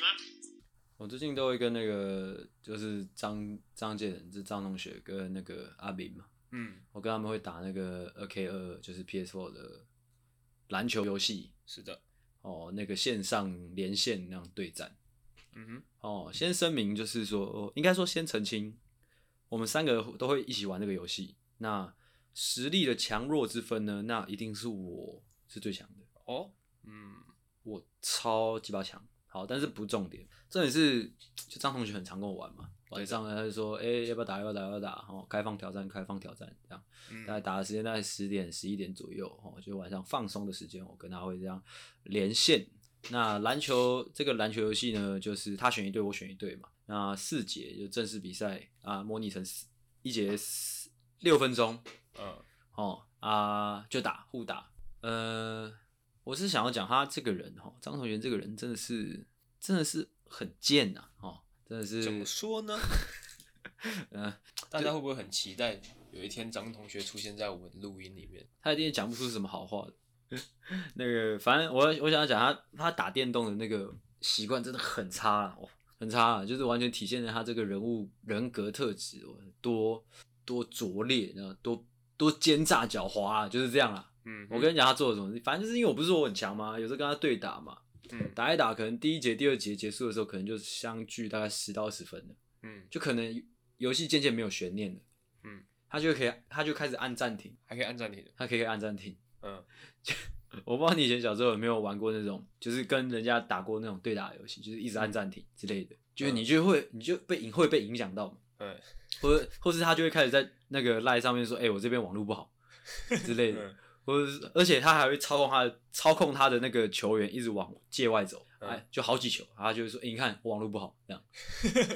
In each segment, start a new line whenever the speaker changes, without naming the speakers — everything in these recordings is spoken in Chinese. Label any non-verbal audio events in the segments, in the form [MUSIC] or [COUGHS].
啊
我最近都会跟那个就是张张介仁，就是张同学跟那个阿炳嘛，
嗯，
我跟他们会打那个二 K 二，就是 PS4 的篮球游戏
是的，
哦，那个线上连线那样对战
嗯哼，
哦。先声明就是说，哦应该说先澄清，我们三个都会一起玩这个游戏。那实力的强弱之分呢？那一定是我是最强的。
哦，嗯，
我超鸡巴强。好，但是不重点，重点是就张同学很常跟我玩嘛，晚上呢他就说，哎、要不要打？要不要打？要不要打？哦，开放挑战，开放挑战，这样，
嗯
大概打的时间大概十点、十一点左右，哦，就晚上放松的时间，我跟他会这样连线。那篮球这个篮球游戏呢，就是他选一队，我选一队嘛。那四节就正式比赛啊，模拟成四一节四六分钟，
嗯
哦啊，就打互打。呃，我是想要讲他这个人哈，张同学这个人真的是真的是很贱呐、哦，真的是
怎么说呢？
[LAUGHS] 嗯
大家会不会很期待有一天张同学出现在我们录音里面？
他一定也讲不出什么好话的。 [LAUGHS] 那个，反正我我想要讲他他打电动的那个习惯真的很差啊，哦，很差、啊，就是完全体现了他这个人物人格特质哦多多拙劣，然后多多奸诈狡猾、啊，就是这样啦、
嗯哼，
我跟你讲他做了什么事，反正就是因为我不是说我很强嘛，有时候跟他对打嘛，
嗯
打一打，可能第一节、第二节结束的时候，可能就相距大概十到二十分了，
嗯，
就可能游戏渐渐没有悬念了。
嗯，
他就可以，他就开始按暂停，
还可以按暂停的，
他可以按暂停。 [LAUGHS]
嗯，
我不知道你以前小时候有没有玩过那种，就是跟人家打过那种对打游戏，就是一
嗯
直按暂停之类的，就是你就会你就被影会被影响到嘛，
嗯
或者或是他就会开始在那个赖上面说，哎、我这边网络
[LAUGHS]
不好之类的。
嗯
或者是，而且他还会操控他的操控他的那个球员一直往界外走，
嗯
哎、就好几球，然后他就会说、欸你看我网络不好，这样，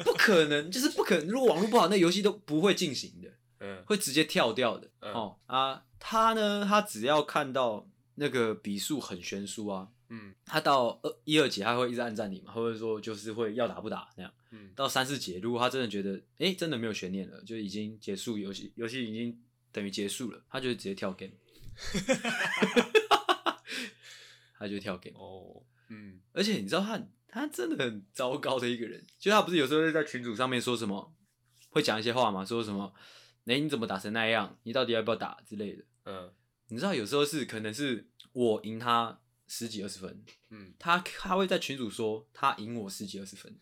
不可能，就是不可能。如果网络不好，那游戏都不会进行的，
嗯
会直接跳掉的。
嗯
哦啊，他呢，他只要看到那个比数很悬殊啊，
嗯
他到二一二节他会一直按暂停嘛，或者说就是会要打不打那样。
嗯
到三四节，如果他真的觉得，哎、真的没有悬念了，就已经结束游戏，游戏已经等于结束了，他就直接跳
[LAUGHS]
game，他就跳 game。
哦，嗯
而且你知道他，他真的很糟糕的一个人，就他不是有时候会在群组上面说什么，会讲一些话嘛，说什么，哎、你怎么打成那样？你到底要不要打之类的？
嗯
你知道有时候是可能是我赢他十几二十分，
嗯，
他他会在群主说他赢我十几二十分，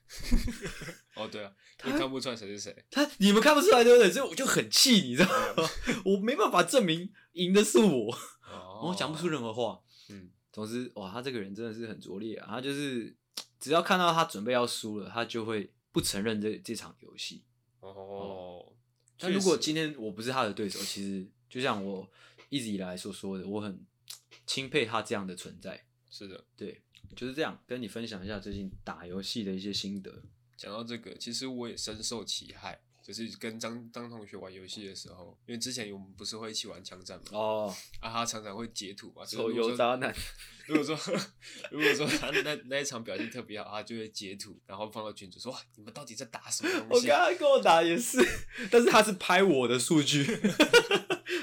哦对啊，你看不出来谁是谁，
他你们看不出来对不对？所以我就很气，你知道吗？ [LAUGHS] 我没办法证明赢的是我，
哦
我讲不出任何话。
嗯
总之，哇，他这个人真的是很拙劣啊！他就是只要看到他准备要输了，他就会不承认这这场游戏。
哦，
但如果
确实
今天我不是他的对手，其实就像我一直以来所说的，我很钦佩他这样的存在。
是的，
对，就是这样，跟你分享一下最近打游戏的一些心得。
讲到这个，其实我也深受其害，就是跟张张同学玩游戏的时候，因为之前我们不是会一起玩枪战嘛，
哦，
啊，他常常会截图嘛，就是
手
如果
游
说
渣男。
如果说如果说他那那一场表现特别好，他就会截图，然后放到群主说哇，你们到底在打什么东
我
西？
刚刚跟我打也是， [LAUGHS] 但是他是拍我的数据， [LAUGHS]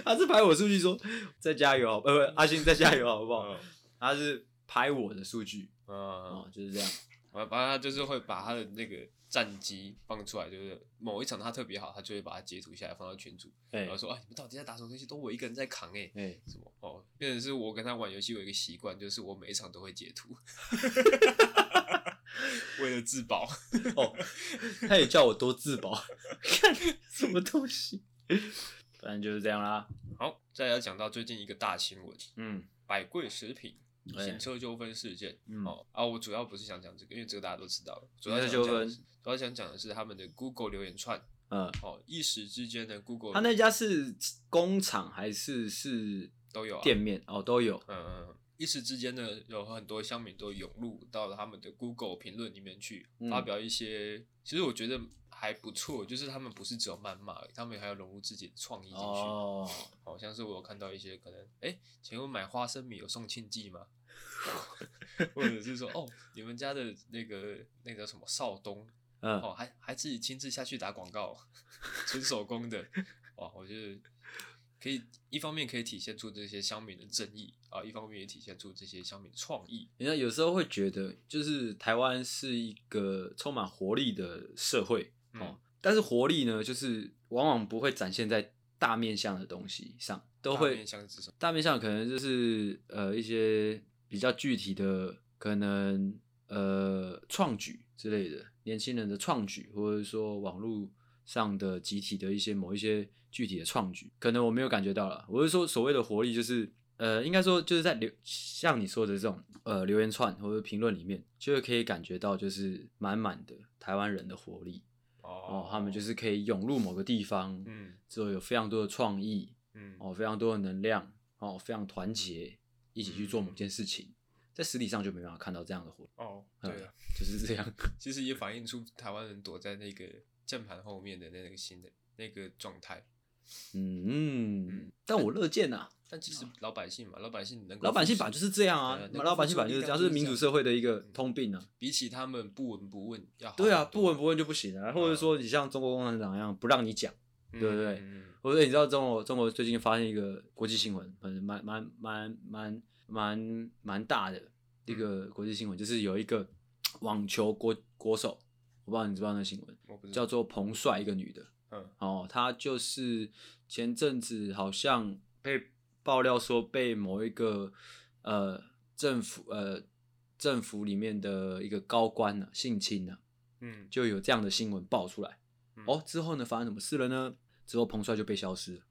他是拍我数据说再加油好，呃不，阿星再加油好不好？
嗯
他是拍我的数据
嗯，
哦，就是这样。
反反正他就是会把他的那个战绩放出来，就是某一场他特别好，他就会把它截图下来放到群主，
哎
然后说啊，你们到底在打什么东西？都我一个人在扛哎、
哎，
什么哦，变成是我跟他玩游戏有一个习惯，就是我每一场都会截
[LAUGHS]
图，为了自保。
哦，他也叫我多自 [LAUGHS] 保，看什么东西， [LAUGHS] 反正就是这样啦。
好，再来讲到最近一个大新闻，
嗯，
百贵食品
哎
行车纠纷事件。
嗯
哦啊，我主要不是想讲这个，因为这个大家都知道了。主
行
要
车
想
纠
讲的
纷
是，主要想讲的是他们的 Google 留言串。
呃，
哦，一时之间呢，Google
他那家是工厂还是是
都有啊
店面哦，都有。
嗯嗯，嗯一时之间呢，有很多乡民都涌入到他们的 Google 评论里面去，
嗯
发表一些，其实我觉得还不错，就是他们不是只有谩骂而已，他们还要融入自己的创意进去。
哦，
好像是我有看到一些可能，哎、请问买花生米有送庆忌吗？ [LAUGHS] 或者是说，哦，你们家的那个那个叫什么少东
嗯，
哦， [LAUGHS] 还还自己亲自下去打广告，纯手工的，哇，我觉得可可以一方面可以体现出这些乡民的正义啊，一方面也体现出这些乡民的创意。
人家有时候会觉得，就是台湾是一个充满活力的社会
嗯
哦，但是活力呢，就是往往不会展现在大面向的东西上，都
大
会
面向是什么？
大面向可能就是呃一些比较具体的，可能呃创举之类的，年轻人的创举，或者说网络上的集体的一些某一些具体的创举，可能我没有感觉到了。我是说所谓的活力，就是呃应该说就是在留像你说的这种呃留言串或者评论里面，就是可以感觉到就是满满的台湾人的活力哦，他们就是是可以涌入某个地方，
嗯
之后有非常多的创意，
嗯
哦，非常多的能量，哦，非常团结，一起去做某件事情，在实体上就没办法看到这样的活动，
哦，对啊，
就是这样。 [LAUGHS]
其实也反映出台湾人躲在那个键盘后面的那个新的那个状态。
嗯，
嗯
但我乐见呐、啊，
但其实老百姓嘛，老百姓能够
老百姓
付出
版就是这样啊
对，能够
老百姓
付出
版就是
力
这
量
样，是民主社会的一个
嗯
通病啊。
比起他们不闻不问要好
对啊，
很多
不闻不问就不行啊，或者说你像中国共产党一样不让你讲，对不对
嗯
或者你知道中国中国最近发现一个国际新闻，反正蛮蛮蛮蛮蛮蛮大的一个国际新闻，就是有一个网球国国手，我不知道你知不知道那个新闻，
我不知
叫
道，
做彭帅，一个女的。
嗯
哦，她就是前阵子好像被爆料说被某一个呃政府呃政府里面的一个高官呢、性侵呢、
嗯，
就有这样的新闻爆出来。
嗯
哦，之后呢发生什么事了呢？之后彭帅就被消失了，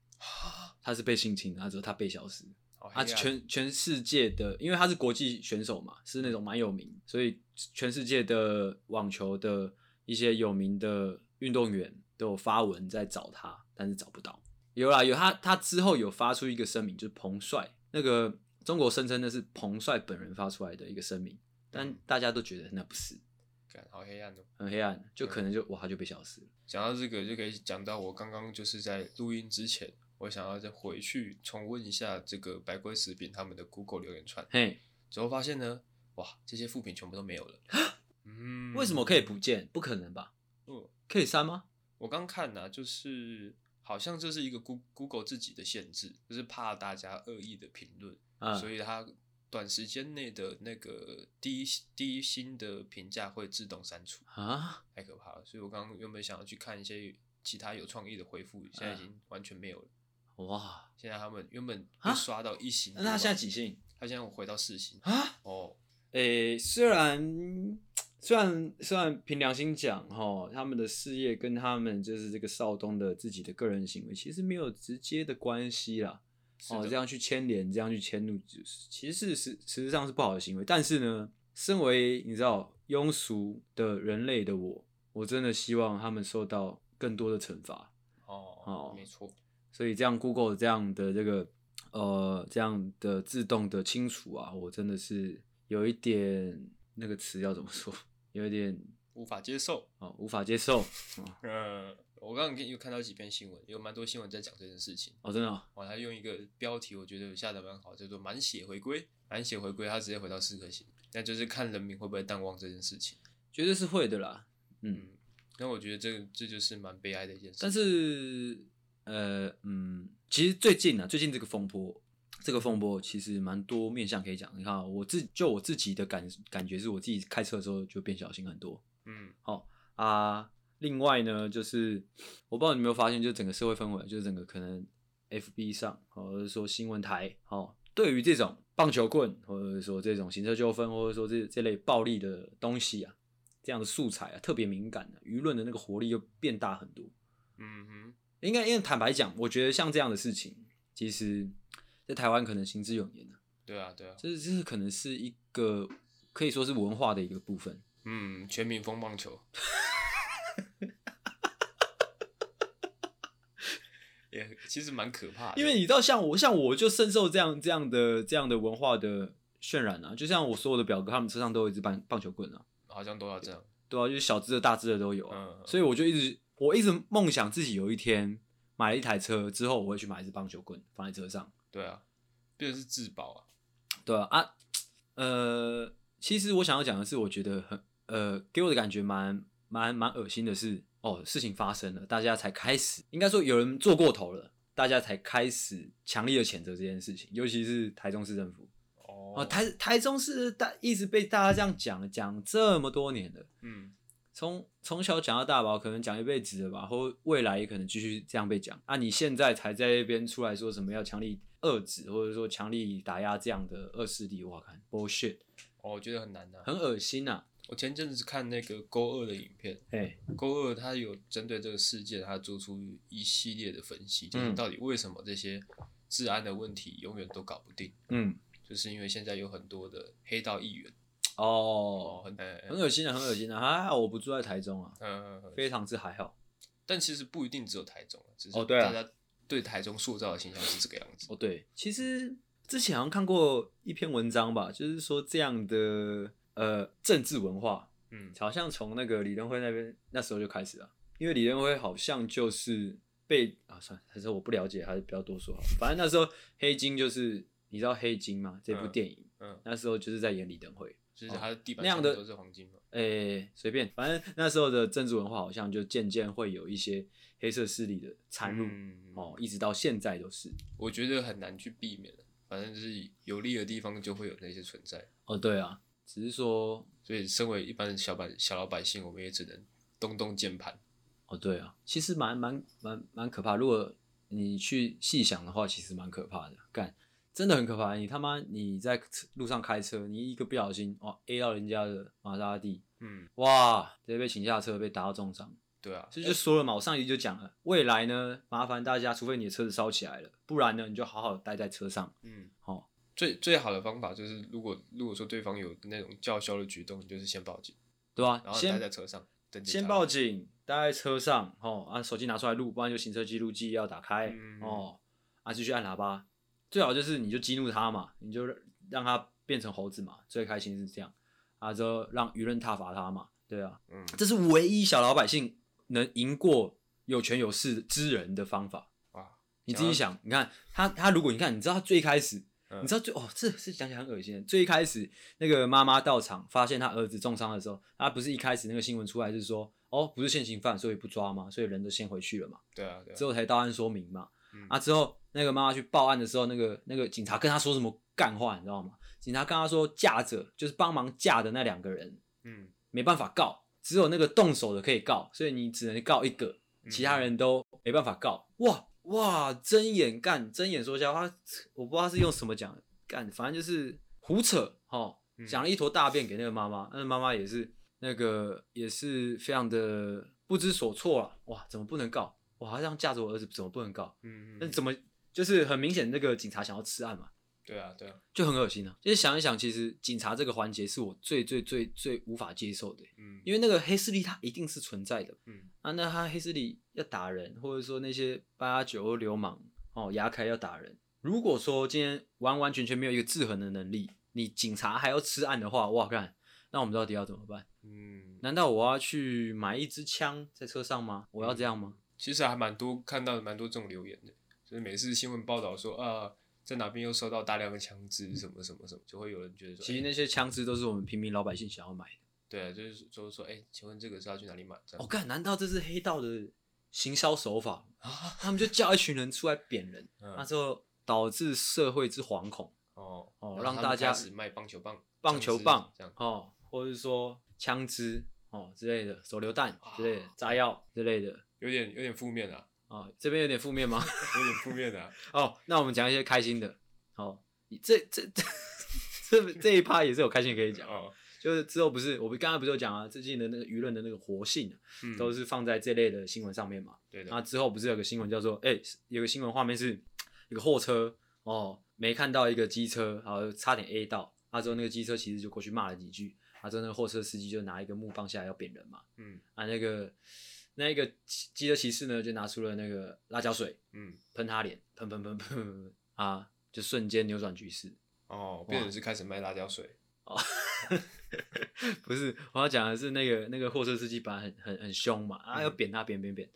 他是被性侵的，啊，之后他被消失。
好黑
啊，
暗
全全世界的，因为他是国际选手嘛，是那种蛮有名，所以全世界的网球的一些有名的运动员都有发文在找他，但是找不到。有啦，有他，他之后有发出一个声明，就是彭帅那个中国声称那是彭帅本人发出来的一个声明，但
嗯
大家都觉得那不是，
干好黑暗哦。
很黑暗，就可能就哇他就被消失了。
讲到这个，就可以讲到我刚刚就是在录音之前，我想要再回去重温一下这个百龟食品他们的 Google 留言串，
嘿，
之后发现呢，哇，这些副品全部都没有了。嗯，
[GASPS] 为什么可以不见？不可能吧？
嗯
可以删吗？
我刚看呐、就是好像这是一个 Goo- Google 自己的限制，就是怕大家恶意的评论，
啊、
所以它短时间内的那个第一第一星的评价会自动删除，
啊，
太可怕了。所以我刚刚原本想要去看一些其他有创意的回复，现在
嗯
已经完全没有了。
哇，
现在他们原本
啊
会刷到一星，
那他现在几？星
他现在回到四星
啊？
哦，
诶、虽然虽然虽然凭良心讲哈，他们的事业跟他们就是这个少东的自己的个人行为其实没有直接的关系啦。
是
哦，
的
这样去牵连，这样去迁怒，就是其实是实实质上是不好的行为。但是呢，身为你知道庸俗的人类的我，我真的希望他们受到更多的惩罚。
哦
哦，
没错，
所以这样 Google 这样的这个呃这样的自动的清除啊，我真的是有一点那个词要怎么说，有一点
无法接受。
哦无法接受哦
嗯，我刚刚有看到几篇新闻，有蛮多新闻在讲这件事情。
哦真的哦
哇，他用一个标题，我觉得下的蛮好，叫做“满血回归”。满血回归，他直接回到四颗星，那就是看人民会不会淡忘这件事情。
绝对是会的啦，嗯，
嗯，那我觉得这个这就是蛮悲哀的一件事。
但，是呃嗯，其实最近啊，最近这个风波。这个风波其实蛮多面向可以讲，你看啊我自就我自己的感感觉是我自己开车的时候就变小心很多，
嗯，
啊，另外呢，就是我不知道你有没有发现，就是整个社会氛围，就是整个可能 FB 上，或者说新闻台，哦，对于这种棒球棍，或者说这种行车纠纷，或者说这这类暴力的东西啊，这样的素材啊，特别敏感的、舆论的那个活力又变大很多。
嗯哼，
应该因为坦白讲，我觉得像这样的事情，其实在台湾可能行之有年了、
对啊，对啊，
这这可能是一个可以说是文化的一个部分。
嗯，全民疯棒球，也其实蛮可怕的，
因为你知道，像我，像我就深受这样这样的这样的文化的渲染啊。就像我所有的表哥，他们车上都有一支棒棒球棍啊，
好像都要这样，
对啊，就是小只的、大只的都有啊。
嗯，
所以我就一直，我一直梦想自己有一天买了一台车之后，我会去买一支棒球棍放在车上，
对啊，变成是自保啊，
对啊啊，呃，其实我想要讲的是，我觉得很呃，给我的感觉蛮蛮蛮恶心的是，哦，事情发生了，大家才开始，应该说有人做过头了。大家才开始强烈的谴责这件事情，尤其是台中市政府
哦
啊，台台中市大一直被大家这样讲讲这么多年了。
嗯
从从小讲到大吧，可能讲一辈子了吧，或未来也可能继续这样被讲啊。你现在才在那边出来说什么要强力遏制，或者说强力打压这样的恶势力，我看 bullshit，
哦，我觉得很难的、
很恶心呐、啊。
我前阵子看那个勾二的影片，
哎、
勾二他有针对这个事件，他做出一系列的分析，就是
嗯
到底为什么这些治安的问题永远都搞不定，
嗯，
就是因为现在有很多的黑道议员哦，
哦，
很
很
呃
恶心啊，很恶心啊。还好我不住在台中啊，
呃，
非常之还好。
但其实不一定只有台中，只是
哦对啊
大家对台中塑造的形象是这个样子
哦，。对，其实之前好像看过一篇文章吧，就是说这样的呃政治文化，
嗯
好像从那个李登辉那边那时候就开始了，因为李登辉好像就是被啊，算了，还是我不了解，还是不要多说好了。反正那时候黑金就是你知道黑金吗？这部
嗯
电影、
嗯，
那时候就是在演李登辉，
就是他的地板
那样
上
的
面都是黄金嘛。
诶、随便，反正那时候的政治文化好像就渐渐会有一些黑色势力的掺入、
嗯，
哦，一直到现在都是。
我觉得很难去避免，反正就是有利的地方就会有那些存在。
哦，对啊，只是说
所以，身为一般小百小老百姓，我们也只能动动键盘。
哦，对啊，其实蛮蛮蛮蛮可怕。如果你去细想的话，其实蛮可怕的。干，真的很可怕。你他妈你在路上开车，你一个不小心哇 A 到人家的玛莎拉蒂，
嗯，
哇，直接被请下车，被打到重伤。
对啊，
所以就说了嘛，我上一集就讲了，未来呢，麻烦大家，除非你的车子烧起来了，不然呢，你就好好地待在车上。
嗯，
哦，
最最好的方法就是，如果如果说对方有那种叫嚣的举动，你就是先报警，
对吧、
然后待在
先
车上等警察
先报。警，待在车上，哦，啊，手机拿出来录，不然就行车记录器要打开，
嗯
哦，啊，继续按喇叭，最好就是你就激怒他嘛，你就让让他变成猴子嘛，最开心是这样，啊，之后让舆论挞伐他嘛，对啊，
嗯，
这是唯一小老百姓能赢过有权有势之人的方法。
哇，
你自己想，你看他，他如果你看，你知道他最开始，
嗯
你知道最哦，这是讲起来很恶心的。最开始那个妈妈到场发现他儿子重伤的时候，他不是一开始那个新闻出来是说，哦，不是现行犯，所以不抓嘛，所以人都先回去了嘛，
对啊，对啊
之，后才到案说明嘛。
嗯
啊，之后那个妈妈去报案的时候，那个那个警察跟他说什么干话，你知道吗？警察跟他说架着，就是帮忙架的那两个人
嗯，
没办法告，只有那个动手的可以告，所以你只能告一个。
嗯
其他人都没办法告。哇哇，睁眼干，睁眼说瞎话，他我不知道他是用什么讲的干，反正就是胡扯哦
嗯，
讲了一坨大便给那个妈妈，那个妈妈也是那个也是非常的不知所措啊，哇，怎么不能告？哇，他这样架着我儿子，怎么不能告？
嗯，嗯
那
嗯
怎么就是很明显那个警察想要吃案嘛，
对啊，对啊，
就很恶心啊。就是想一想，其实警察这个环节是我最最最最无法接受的，
嗯，
因为那个黑势力它一定是存在的。
嗯
啊，那他黑势力要打人，或者说那些八九或流氓哦，牙开要打人。如果说今天完完全全没有一个制衡的能力，你警察还要吃案的话，哇干，那我们到底要怎么办？
嗯，
难道我要去买一支枪在车上吗？我要这样吗？
其实还蛮多看到蛮多这种留言的，就是每次新闻报道说啊，在哪边又收到大量的枪支什么什么什么，就会有人觉得说，
其实
哎
那些枪支都是我们平民老百姓想要买的。
对啊，就是说说，哎、请问这个是要去哪里买？这
哦
样、
干，难道这是黑道的行销手法吗？
啊，
他们就叫一群人出来扁人，
嗯
那之后导致社会之惶恐。
哦
啊哦
然后
让
他们
大家
开始卖棒球棒、
棒球
枪支
棒
这样，
哦，或者是说枪支哦之类的，手榴弹之类的
哇，
炸药之类的
有点有点负面啊，
哦，这边有点负面吗？ [LAUGHS]
有点负面啊，
哦，那我们讲一些开心的。哦，这这这这 [LAUGHS] 这一趴也是有开心可以讲，
哦，
就是之后不是我们刚刚不是有讲啊，最近的那个舆论的那个活性啊、
嗯，
都是啊放在这类的新闻上面嘛。
对的，
那之后不是有个新闻叫做，哎、有个新闻画面是有个货车哦，没看到一个机车，然后差点 A 到，啊之后那个机车其实就过去骂了几句，啊之后那个货车司机就拿一个木棒下来要扁人嘛，
嗯
啊那个那一个机机车骑士呢就拿出了那个辣椒水
嗯，
喷他脸，喷喷喷喷喷喷啊，就瞬间扭转局势。
哦，变成是开始卖辣椒水，
哦 [LAUGHS] 不是，我要讲的是那个那个货车司机本来很很很凶嘛，啊
嗯
要扁他扁扁扁，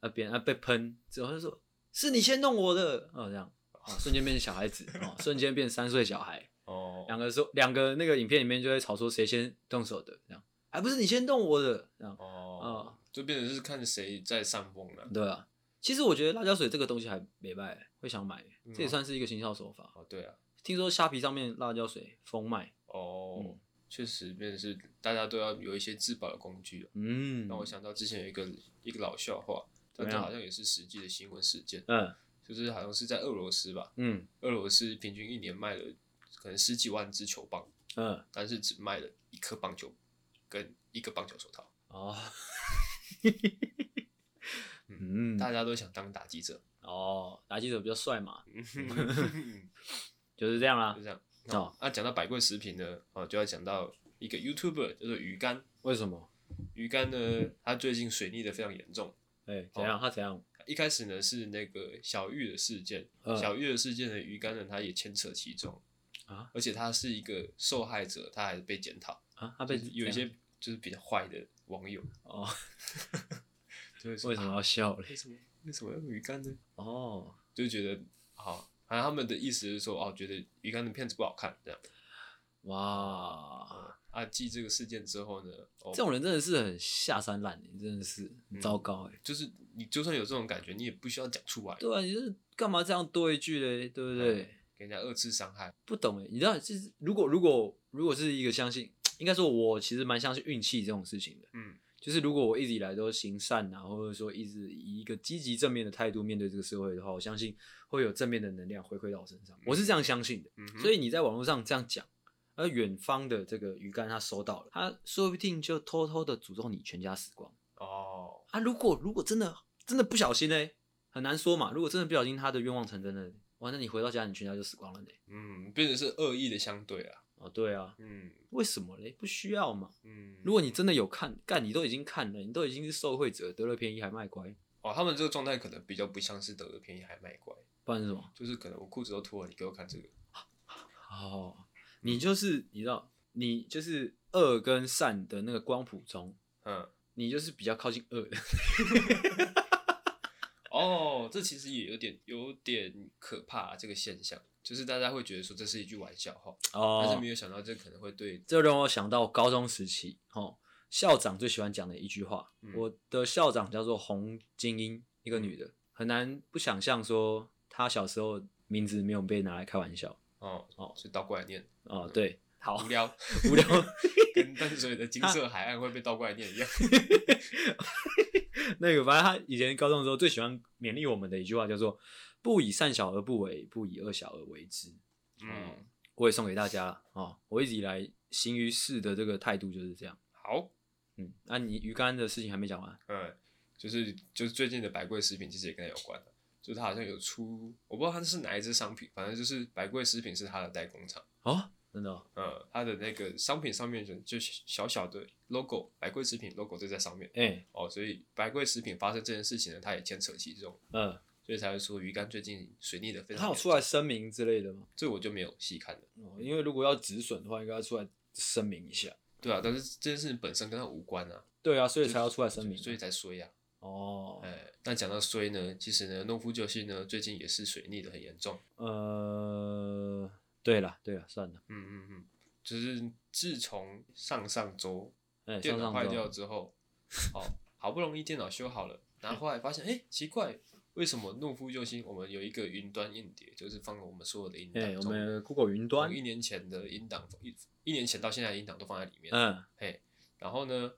啊扁啊被喷之后他就说是你先弄我的，哦这样，哦瞬间变成小孩子，哦瞬间变三岁小孩，
哦，
两个说两个那个影片里面就会吵说谁先动手的，这样，啊还不是你先动我的，这样，
哦，
哦
就变成是看谁在上风了，
对啊，其实我觉得辣椒水这个东西还没卖，会想买，
嗯
这也算是一个行销手法。
哦，对啊，
听说虾皮上面辣椒水疯卖，
哦
嗯，
确、实便是大家都要有一些自保的工具、啊。
嗯，
让我，想到之前有一个一个老笑话，
怎
但
么
这
样
好像也是实际的新闻事件，
嗯
就是好像是在俄罗斯吧，
嗯
俄罗斯平均一年卖了可能十几万只球棒，
嗯，
但是只卖了一颗棒球跟一个棒球手套。
[LAUGHS] 哦，嗯，
大家都想当打击
[LAUGHS]
者，
哦，打击手比较帅嘛，
就
就是这样啦。
这样。
哦，
那讲到百贵食品呢，哦，就要讲到一个 YouTuber 叫做鱼竿。
为什么？
鱼竿呢，他最近水逆的非常严重。
哎、怎样？他怎样？
一开始呢是那个小玉的事件，
嗯
小玉的事件呢，鱼竿呢他也牵扯其中
啊，
而且他是一个受害者，他还被检讨，
啊，他被
就是有一
怎样
些就是比较坏的网友，
哦，
就会说
为什么
啊
要笑嘞？
为什么为什么要鱼竿呢？
哦，
就觉得好，反正他们的意思是说，哦，觉得鱼竿的片子不好看这样。
哇，
啊，继这个事件之后呢，哦
这，种人真的是很下三滥欸，真的是很糟糕哎、
就是你就算有这种感觉，你也不需要讲出来，
对啊，你就是干嘛这样多一句嘞？对不对？
嗯给人家二次伤害。
不懂哎、你知道，就是如果如果如果是一个相信，应该说我其实蛮相信运气这种事情的。
嗯
就是如果我一直以来都行善啊，或者说一直以一个积极正面的态度面对这个社会的话，我相信会有正面的能量回馈到我身上，我是这样相信的。
嗯哼，
所以你在网络上这样讲，而远方的这个鱼竿他收到了，他说不定就偷偷的诅咒你全家死光
哦，
啊！如果如果真的真的不小心呢、很难说嘛。如果真的不小心，他的愿望成真了，哇，那你回到家，你全家就死光了呢、
嗯，变成是恶意的相对啊。
哦，对啊，
嗯
为什么嘞？不需要嘛。
嗯，
如果你真的有看，干你都已经看了，你都已经是受贿者，得了便宜还卖乖，
哦，他们这个状态可能比较不像是得了便宜还卖乖，
不然是什么？
就是可能我裤子都脱了，你给我看这个。
哦，你就是你知道，你就是恶跟善的那个光谱中，
嗯，
你就是比较靠近恶的。
哦，这其实也有点有点可怕、啊、这个现象，就是大家会觉得说这是一句玩笑话，但是
哦
没，有想到这可能会对
这让我想到高中时期，哦，校长最喜欢讲的一句话，
嗯
我的校长叫做洪金英，一个女的，很难不想象说她小时候名字没有被拿来开玩笑。
哦
哦
是倒过来念
哦，对， [LAUGHS] 好
无聊，
无聊，
跟淡水的金色海岸会被倒过来念一
[LAUGHS]
样。
那个，反正他以前高中的时候最喜欢勉励我们的一句话叫做“不以善小而不为，不以恶小而为之”。
嗯，
我也送给大家了哦。我一直以来行于世的这个态度就是这样。
好，
嗯，那、你鱼竿的事情还没讲完
嗯，就是就是最近的百贵食品其实也跟它有关的，就是它好像有出，我不知道它是哪一支商品，反正就是百贵食品是它的代工厂。
哦？真的、哦？
呃，它的那个商品上面就就小小的 logo，百贵食品 logo 就在上面
哎、
哦，所以百贵食品发生这件事情呢，它也牵扯其中，
嗯，
所以才会说鱼竿最近水逆的非常。
他有出来，声明之类的吗？
这我就没有细看了。
哦，因为如果要止损的话，应该要出来声明一下。
对啊，但是这件事情本身跟它无关啊，
对啊，所以才要出来声明。
所以才衰啊。
哦，
哎、但讲到衰呢，其实呢，诺夫救星呢最近也是水逆的很严重。
呃，对了，对了，算了，
嗯嗯嗯，就是自从上上周
哎、
电
上
脑
上
坏
周
掉之
[LAUGHS]
后，哦，好不容易电脑修好了，然后后来发现，哎、奇怪，为什么诺夫救星我们有一个云端硬碟，就是放了我们所有的音
哎、
档，
我
从
们 Google 云端嗯
从，一年前的音档，一一年前到现在的音档都放在里面，
嗯，
嘿，然后呢，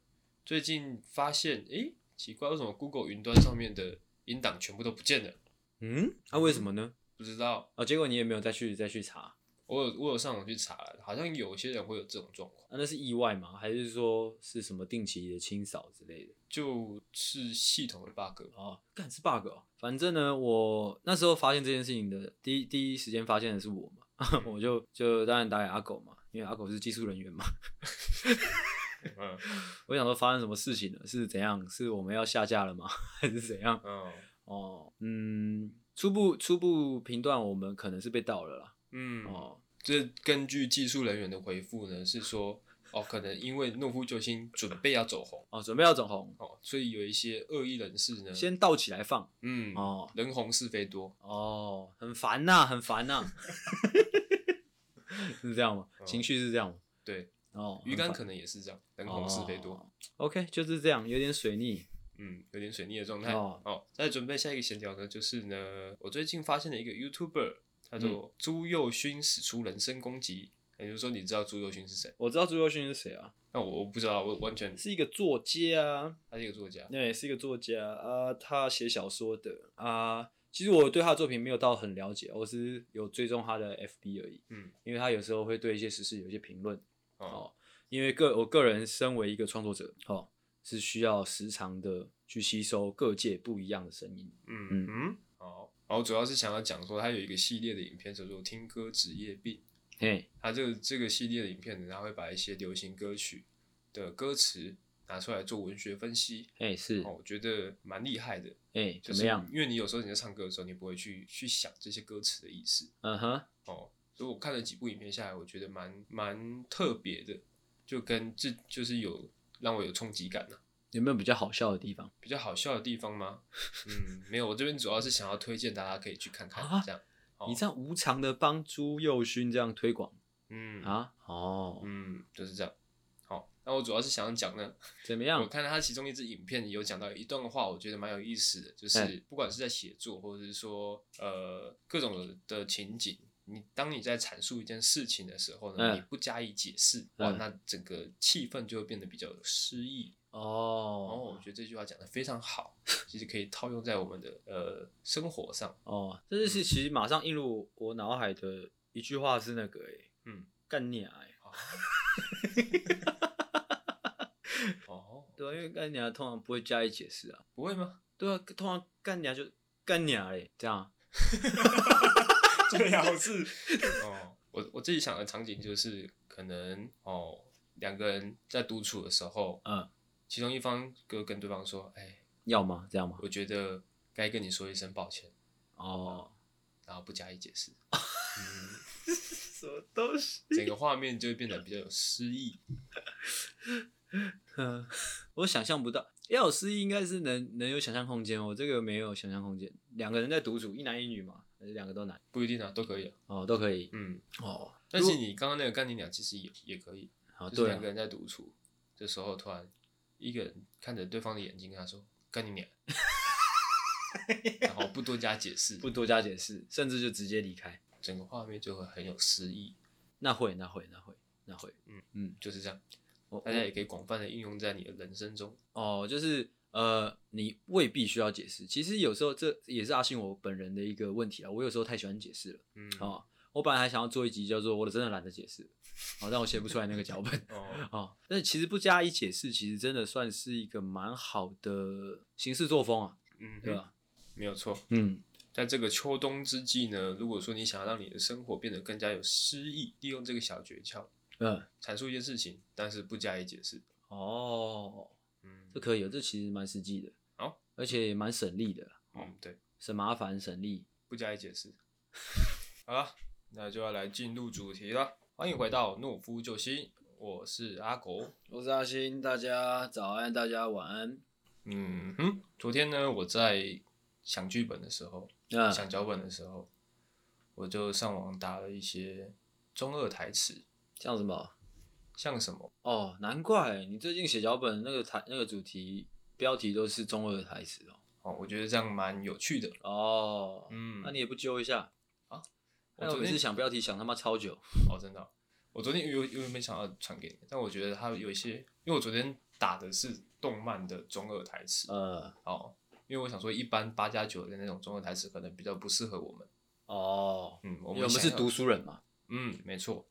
最近发现，哎、奇怪，为什么 Google 云端上面的音档全部都不见了？
嗯，那、为什么呢？
不知道，
哦，结果你也没有再去再去查，啊
我有我有上网去查了，好像有些人会有这种状况。
啊、那是意外吗？还是说是什么定期的清扫之类的？
就是系统的 bug，
哦，干是 bug 哦。反正呢，我那时候发现这件事情的第一第一时间发现的是我嘛， [LAUGHS] 我就就当然打给阿狗嘛，因为阿狗是技术人员嘛。
嗯
[LAUGHS] 我想说发生什么事情了？是怎样？是我们要下架了吗？ [LAUGHS] 还是怎样？
嗯
哦，嗯，初步初步评断，我们可能是被盗了啦。
嗯，
哦，
这根据技术人员的回复呢，是说哦，可能因为诺夫救星准备要走红
哦，准备要走红，
哦，所以有一些恶意人士呢，
先倒起来放。
嗯，
哦
人红是非多，
哦，很烦呐、很
[LAUGHS]
烦呐、 [LAUGHS] 是这样吗？
哦
情绪是这样吗？
对，
哦，
鱼竿
很烦
可能也是这样，人红是非多，
哦 OK，就是这样，有点水逆。
嗯，有点水逆的状态。
哦
哦，再准备下一个闲聊呢，就是呢，我最近发现了一个 YouTuber，叫
嗯
做朱佑勋，使出人身攻击。也就是说，你知道朱佑勋是谁？
我知道朱佑勋是谁啊，
那我我不知道，我完全
是一个作家啊，
他是一个作家。
那也是一个作家啊，他写小说的啊。其实我对他的作品没有到很了解，我只是有追踪他的 FB 而已，
嗯，
因为他有时候会对一些时事有一些评论。
哦，
哦，因为个我个人身为一个创作者，哦，是需要时常的去吸收各界不一样的声音。
嗯嗯，好。然后主要是想要讲说，他有一个系列的影片叫做《听歌职业病》。
嘿，
他这个这个系列的影片呢，他会把一些流行歌曲的歌词拿出来做文学分析，
嘿，是，
哦，我觉得蛮厉害的。
哎，
就
怎
是
么样？
因为你有时候你在唱歌的时候，你不会去去想这些歌词的意思
嗯哼，
哦。所以我看了几部影片下来，我觉得蛮蛮特别的，就跟这就是有让我有冲击感呢、啊
有没有比较好笑的地方？
比较好笑的地方吗？嗯，没有，我这边主要是想要推荐大家可以去看看，
啊
这样。哦
你这样无偿的帮朱佑勋这样推广
嗯，
啊？哦，
嗯，就是这样。好，那我主要是想讲呢，
怎么
我
样？
看到他其中一支影片有讲到一段话，我觉得蛮有意思的，就
哎
是不管是在写作，或者是说呃各种的情景，你当你在阐述一件事情的时候呢，
嗯
你不加以解释，哇，
嗯
那整个气氛就会变得比较有诗意。然后我
哦
觉得这句话讲的非常好，其实可以套用在我们的呃生活上。
哦，这是其实马上映入我脑海的一句话是那个哎，
嗯，
干你哎。
好哦，
对啊，因为干娘通常不会加以解释啊。
不会吗？
对啊，通常干娘就干娘嘞，这样啊。 [LAUGHS]
最好是 [LAUGHS] 哦，我我自己想的场景就是可能哦，两个人在独处的时候，
嗯，
其中一方就跟对方说：“哎，
要吗？这样吗？
我觉得该跟你说一声抱歉。
哦，”
然后不加以解释，嗯，
[LAUGHS] 什么东西？
整个画面就会变得比较有诗意。
嗯，我想象不到。要有诗意应该是能能有想象空间，我这个没有想象空间。两个人在独处，一男一女嘛，还是两个都男
不一定啊，都可以啊。
哦，都可以
嗯，
哦。
但是你刚刚那个干你俩其实也也可以，
好
就是
对
两
啊
个，人在独处，这时候突然一个人看着对方的眼睛，跟他说：“干
[LAUGHS]
你俩。”然后不多加解释，
不多加解释，甚至就直接离开。
整个画面就会很有诗意，
那会，那会，那会，那会。
嗯
嗯，
就是这样。
我
大家也可以广泛的应用在你的人生中。
哦，就是呃，你未必需要解释。其实有时候这也是阿信我本人的一个问题啊，我有时候太喜欢解释了。
嗯，
哦，我本来还想要做一集叫做“我真的懒得解释”，哦，但我写不出来那个脚本。 [LAUGHS]
哦，
哦，但是其实不加以解释，其实真的算是一个蛮好的行事作风啊，
嗯，
对吧？
没有错。
嗯，
在这个秋冬之际呢，如果说你想要让你的生活变得更加有诗意，利用这个小诀窍，
嗯，
阐述一件事情，但是不加以解释。
哦，
嗯
这，可以哦，这其实蛮实际的，
好，
而且也蛮省力的，
嗯，对，
省麻烦省力。
不加以解释。 [LAUGHS] 好了，那就要来进入主题了。欢迎回到懦夫救星，我是阿狗。
我是阿星，大家早安，大家晚安。
嗯哼，昨天呢，我在想剧本的时候，
那
想脚本的时候，我就上网打了一些中二台词，
像什么？
像什么？
哦，难怪你最近写脚本那个台那个主题标题都是中二台词哦。
哦，我觉得这样蛮有趣的。
哦，
嗯
那你也不揪一下
啊？我
那我
昨
每
天
次想标题想他妈超久。
哦，真的哦、我昨天有有没想要传给你，但我觉得它有一些，因为我昨天打的是动漫的中二台词，
呃，
哦，因为我想说一般八加九的那种中二台词可能比较不适合我们。
哦，
嗯，我
我
们
们
想
是
要
读，书人嘛？
嗯，没错，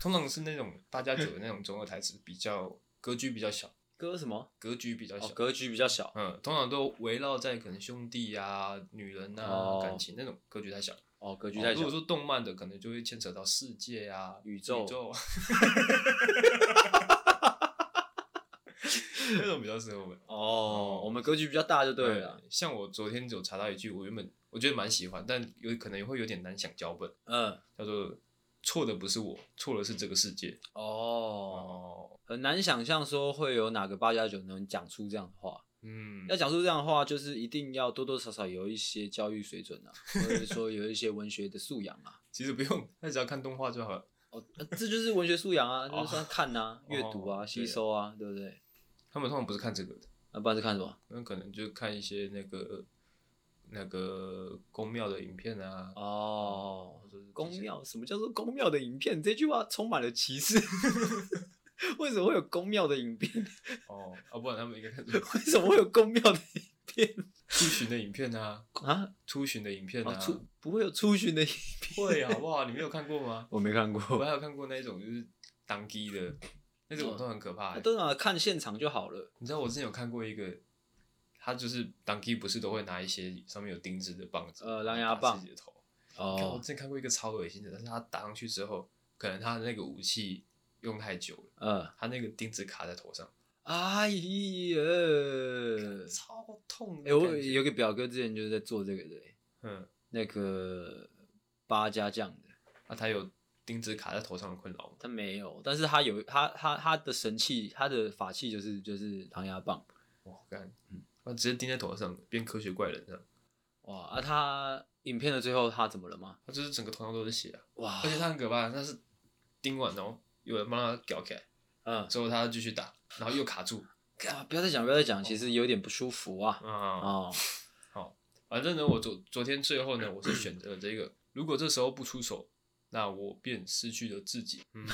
通常是那种八加九的那种中二台词比较格局比较小，
歌什么？
格局比较
哦
小，，
格局比较小。
嗯，通常都围绕在可能兄弟啊、女人啊、
哦
感情那种格局太小。
哦，格局太
哦如
小
果。说动漫的，可能就会牵扯到世界啊、
宇宙
宇宙 [LAUGHS] 那种比较适合我们。
哦，我们格局比较大就 [LAUGHS] 对啊了。
嗯像我昨天有查到一句，我原本我觉得蛮喜欢，但有可能会有点难想脚本，
嗯，
叫做“错的不是我，错的是这个世界”。
哦，
哦，
很难想象说会有哪个八加九能讲出这样的话。
嗯，
要讲出这样的话，就是一定要多多少少有一些教育水准啊，或者是说有一些文学的素养啊。
其实不用，那只要看动画就好了。
哦，呃这就是文学素养啊，
哦
就是算看啊、阅读啊、
哦
吸收啊，对不对？
他们通常不是看这个的，
啊，不然是看什么？
那可能就看一些那个那个宫庙的影片啊，
哦
嗯或者是这
宫
些
庙，什么叫做宫庙的影片？这句话充满了歧视。 [LAUGHS] 为什么会有宫庙的影片？ [LAUGHS]
哦，啊，不然他们应该看什么
为什么会有宫庙的影片
出巡的影片啊，
啊？
出巡的影片
哦
啊，，
出不会有出巡的影片？ [LAUGHS]
会啊好不好？你没有看过吗？
我没看
我
过。
还有看过那一种就是当机的，那种
哦
都很可怕、欸。
当然看现场就好了。
你知道我之前有看过一个，他就是当机不是都会拿一些上面有钉子的棒子，然
呃
后
狼牙
打
棒
自己的头。
哦
看我之，前看过一个超恶心的，但是他打上去之后，可能他的那个武器用太久了，
呃，
他那个钉子卡在头上，
哎呀，
超痛
哎、
的
我
感觉。
有个表哥之前就是在做这个的、欸
嗯，
那个八家酱的，
那、啊他有钉子卡在头上的困扰吗？
他没有，但是他有他他他的神器，他的法器就是就是狼牙棒。
我干，他直接钉在头上，变科学怪人这样。
哇啊！他影片的最后他怎么了吗？
他就是整个头上都是血啊，
哇
而，且他很可怕，他是钉完哦，有人帮他搞起来，
嗯，
之后他继续打，然后又卡住
啊，不要再讲，不要再讲，其实有点不舒服啊。
啊。
[LAUGHS] 哦，
反正呢，我昨昨天最后呢，我是选择了这个。如果这时候不出手，那我便失去了自己。 [LAUGHS] 嗯，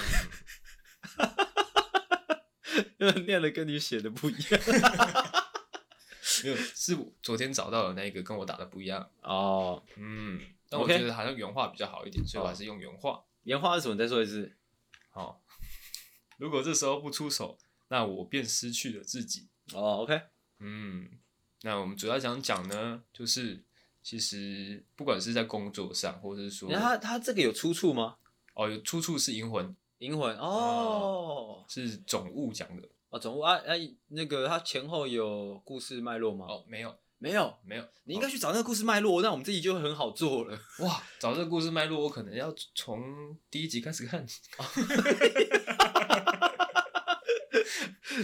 念的跟你写的不一样。
没有，是我昨天找到的那个跟我打的不一样。
[LAUGHS] 哦，
嗯，但我
OK
觉得好像原画比较好一点，所以我还是用原画。
原话是什么？你再说一次。
好、如果这时候不出手，那我便失去了自己。
哦，OK，
嗯，那我们主要想讲呢，就是其实不管是在工作上，或者是说
你看他他这个有出处吗？
哦，有出处是银魂，
银魂哦
是总务讲的
哦，总务啊啊，那个他前后有故事脉络吗？，
哦，没有
没有，
没有，
你应该去找那个故事脉络，那我们这集就很好做了。 [LAUGHS]
哇，找这个故事脉络，我可能要从第一集开始看。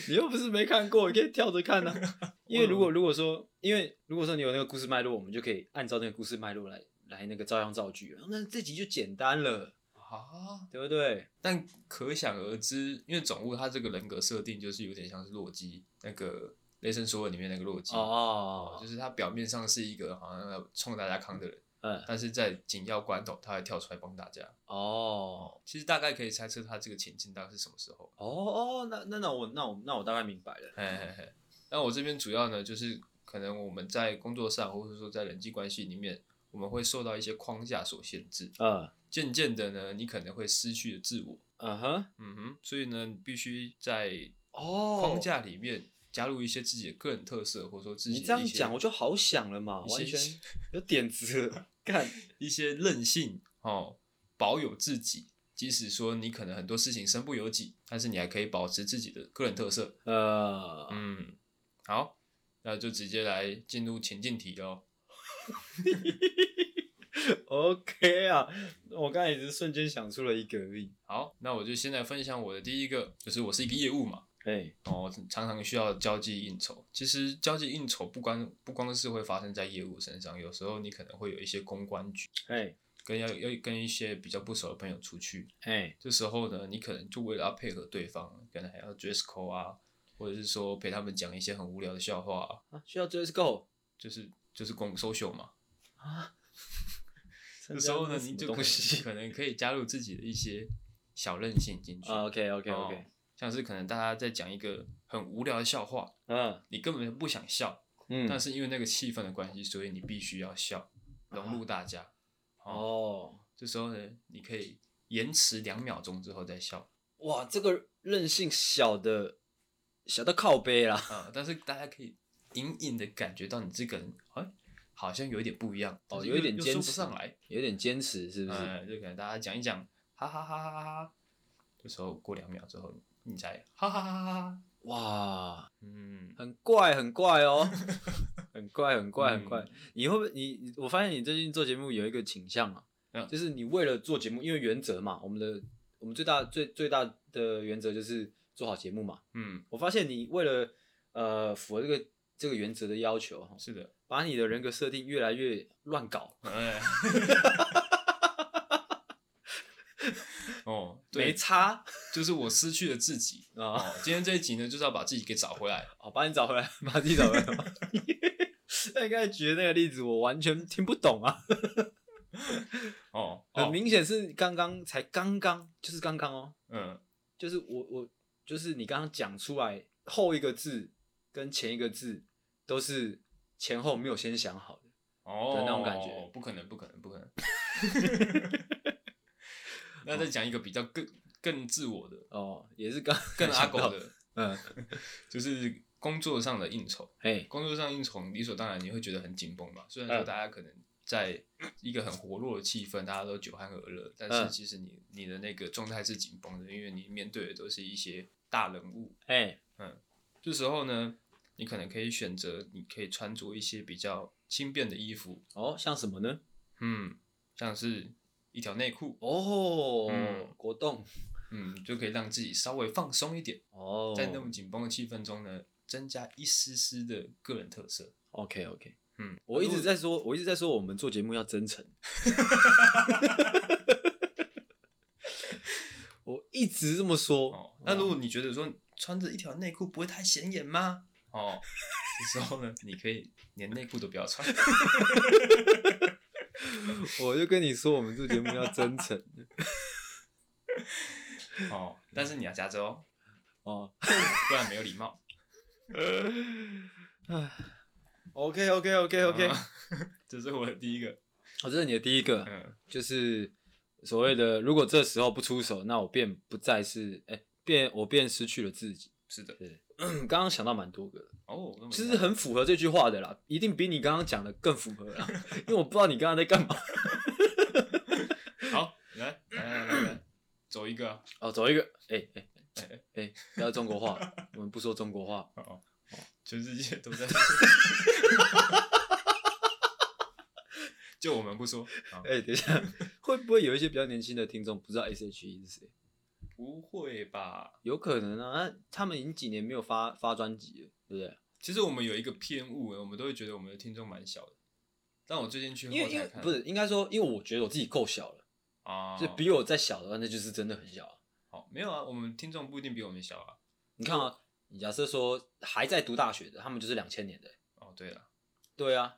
你又不是没看过，你可以跳着看呢、啊
[LAUGHS]
因为如果如果说，因为如果说你有那个故事脉络，我们就可以按照那个故事脉络来来那个照样造句了。那这集就简单了，
啊，
对不对？
但可想而知，因为总务他这个人格设定就是有点像是洛基那个雷神索尔里面那个洛基，
哦，
就是他表面上是一个好像要冲大家康的人，
嗯，
但是在紧要关头他还跳出来帮大家。
哦，
其实大概可以猜测他这个情境大概是什么时候。
哦哦，那那那我那我那我大概明白了。
嘿嘿嘿。那我这边主要呢，就是可能我们在工作上，或者说在人际关系里面，我们会受到一些框架所限制。
嗯
渐渐的呢，你可能会失去了自我。
嗯哼，
嗯哼，所以呢，你必须在
哦，
框架里面加入一些自己的个人特色，或者说自己
你
的
这样
一些
讲我就好想了嘛，
一些
完全有点子了。 [LAUGHS]
[LAUGHS]
干，
一些任性哦，保有自己。即使说你可能很多事情身不由己，但是你还可以保持自己的个人特色。
呃，
嗯，好，那就直接来进入情境题喽。
[LAUGHS] OK 啊，我刚才也是瞬间想出了一个而已。
好，那我就先来分享我的第一个，就是我是一个业务嘛，
哎，
哦，常常需要交际应酬。其实交际应酬不光不光是会发生在业务身上，有时候你可能会有一些公关局，
哎，
跟要要跟一些比较不熟的朋友出去，
哎，
这时候呢，你可能就为了要配合对方，可能还要 dress code 啊，或者是说陪他们讲一些很无聊的笑话、啊，
啊需要 dress
[LAUGHS]
code
就是就是公 social 嘛。
啊？
这时
[LAUGHS]
候呢，你就可
东
以 [LAUGHS]
西
可能可以加入自己的一些小任性进去，
啊？OK OK OK，
像是可能大家在讲一个很无聊的笑话，
嗯
你根本不想笑，
嗯，
哦但是因为那个气氛的关系，所以你必须要笑，融入大家。哦，
哦，
这时候呢，你可以延迟两秒钟之后再笑
哇，这个韧性小的小到靠背啦。
啊、但是大家可以隐隐的感觉到你这个人，哎、好像有一点不一样，但
哦，
是
有
又
一点
又
坚
说
持
不上来，
有点坚持，是不是？
嗯，就可能大家讲一讲，哈哈哈哈哈哈。这时候过两秒之后，你才哈哈哈哈哈。
哇，
嗯，
很怪，很怪
[LAUGHS]
哦，很怪，很怪，很怪
嗯。
你会不会你你我发现你最近做节目有一个倾向啊，
嗯
就是你为了做节目，因为原则嘛，我们的我们最大最最大的原则就是做好节目嘛。
嗯，
我发现你为了呃符合这个这个原则的要求，
是的，呃
把你的人格设定越来越乱搞。
[LAUGHS] 哎，哦，对
没差
就是我失去了自己。
啊， [LAUGHS]
哦，今天这一集呢，就是要把自己给找回来。
好，把你找回来，把自己找回来。 [LAUGHS] 那刚才举的那个例子，我完全听不懂啊，
哦，
很
哦，
明显是刚刚才刚刚，就是刚刚哦，
嗯，
就是我我就是你刚刚讲出来后一个字跟前一个字都是前后没有先想好的，
哦，
的那种感觉
不可能，不可能，不可能。
[LAUGHS]
那再讲一个比较更更自我的、
哦，也
[LAUGHS]
是刚
更阿
想
狗
到，
的，
嗯，
就是工作上的应酬。
哎，
工作上应酬理所当然你会觉得很紧绷嘛。虽然说
嗯
大家可能在一个很活络的气氛，大家都酒酣耳热，但
嗯
是其实你你的那个状态是紧绷的，因为你面对的都是一些大人物。
哎，
这时候呢，你可能可以选择，你可以穿着一些比较轻便的衣服，
哦，像什么呢？
嗯，像是一条内裤，
哦，
嗯
果冻，
嗯，就可以让自己稍微放松一点，
哦，
在那么紧绷的气氛中呢，增加一丝丝的个人特色。
OK OK，
嗯，
我一
如
直
果
在说，我一直在说，我们做节目要真诚。 [LAUGHS] 我一直这么说。
哦，那如果你觉得说穿着一条内裤不会太显眼吗？哦，这时候呢，你可以连内裤都不要穿。
我就跟你说，我们做节目要真诚
哦，但是你要夹着哦，
哦。
不然没有礼貌。
OK OK OK OK，
嗯 [LAUGHS] 这是我的第一个。
啊哦，这是你的第一个，
嗯，
就是所谓的，如果这时候不出手，那我便不再是，哎、变我便失去了自己。 [CLEARS THROAT]
是的。
对，刚刚想到蛮多个的，
哦，那么
其
厉
实
害
很符合这句话的啦，一定比你刚刚讲的更符合啦，因为我不知道你刚刚在干嘛。
好，来来来来来，走一个啊。
哦，走一个，哎哎
哎
哎哎，不要中国话，我们不说中国话。
哦，全世界都在 [LAUGHS] 就我们不说啊，
哎、等一下，会不会有一些比较年轻的听众不知道 S.H.E 是谁？
不会吧？
有可能啊，那他们已经几年没有发发专辑了，对不对？
其实我们有一个偏误，我们都会觉得我们的听众蛮小的。但我最近去
因
后
为因为
台看，
不是应该说，因为我觉得我自己够小了，
啊，
就比我再小的话，那就是真的很小啊。
好没有啊，我们听众不一定比我们小啊。
你看啊，你假设说还在读大学的，他们就是两千年的、
哦，对了，
对啊，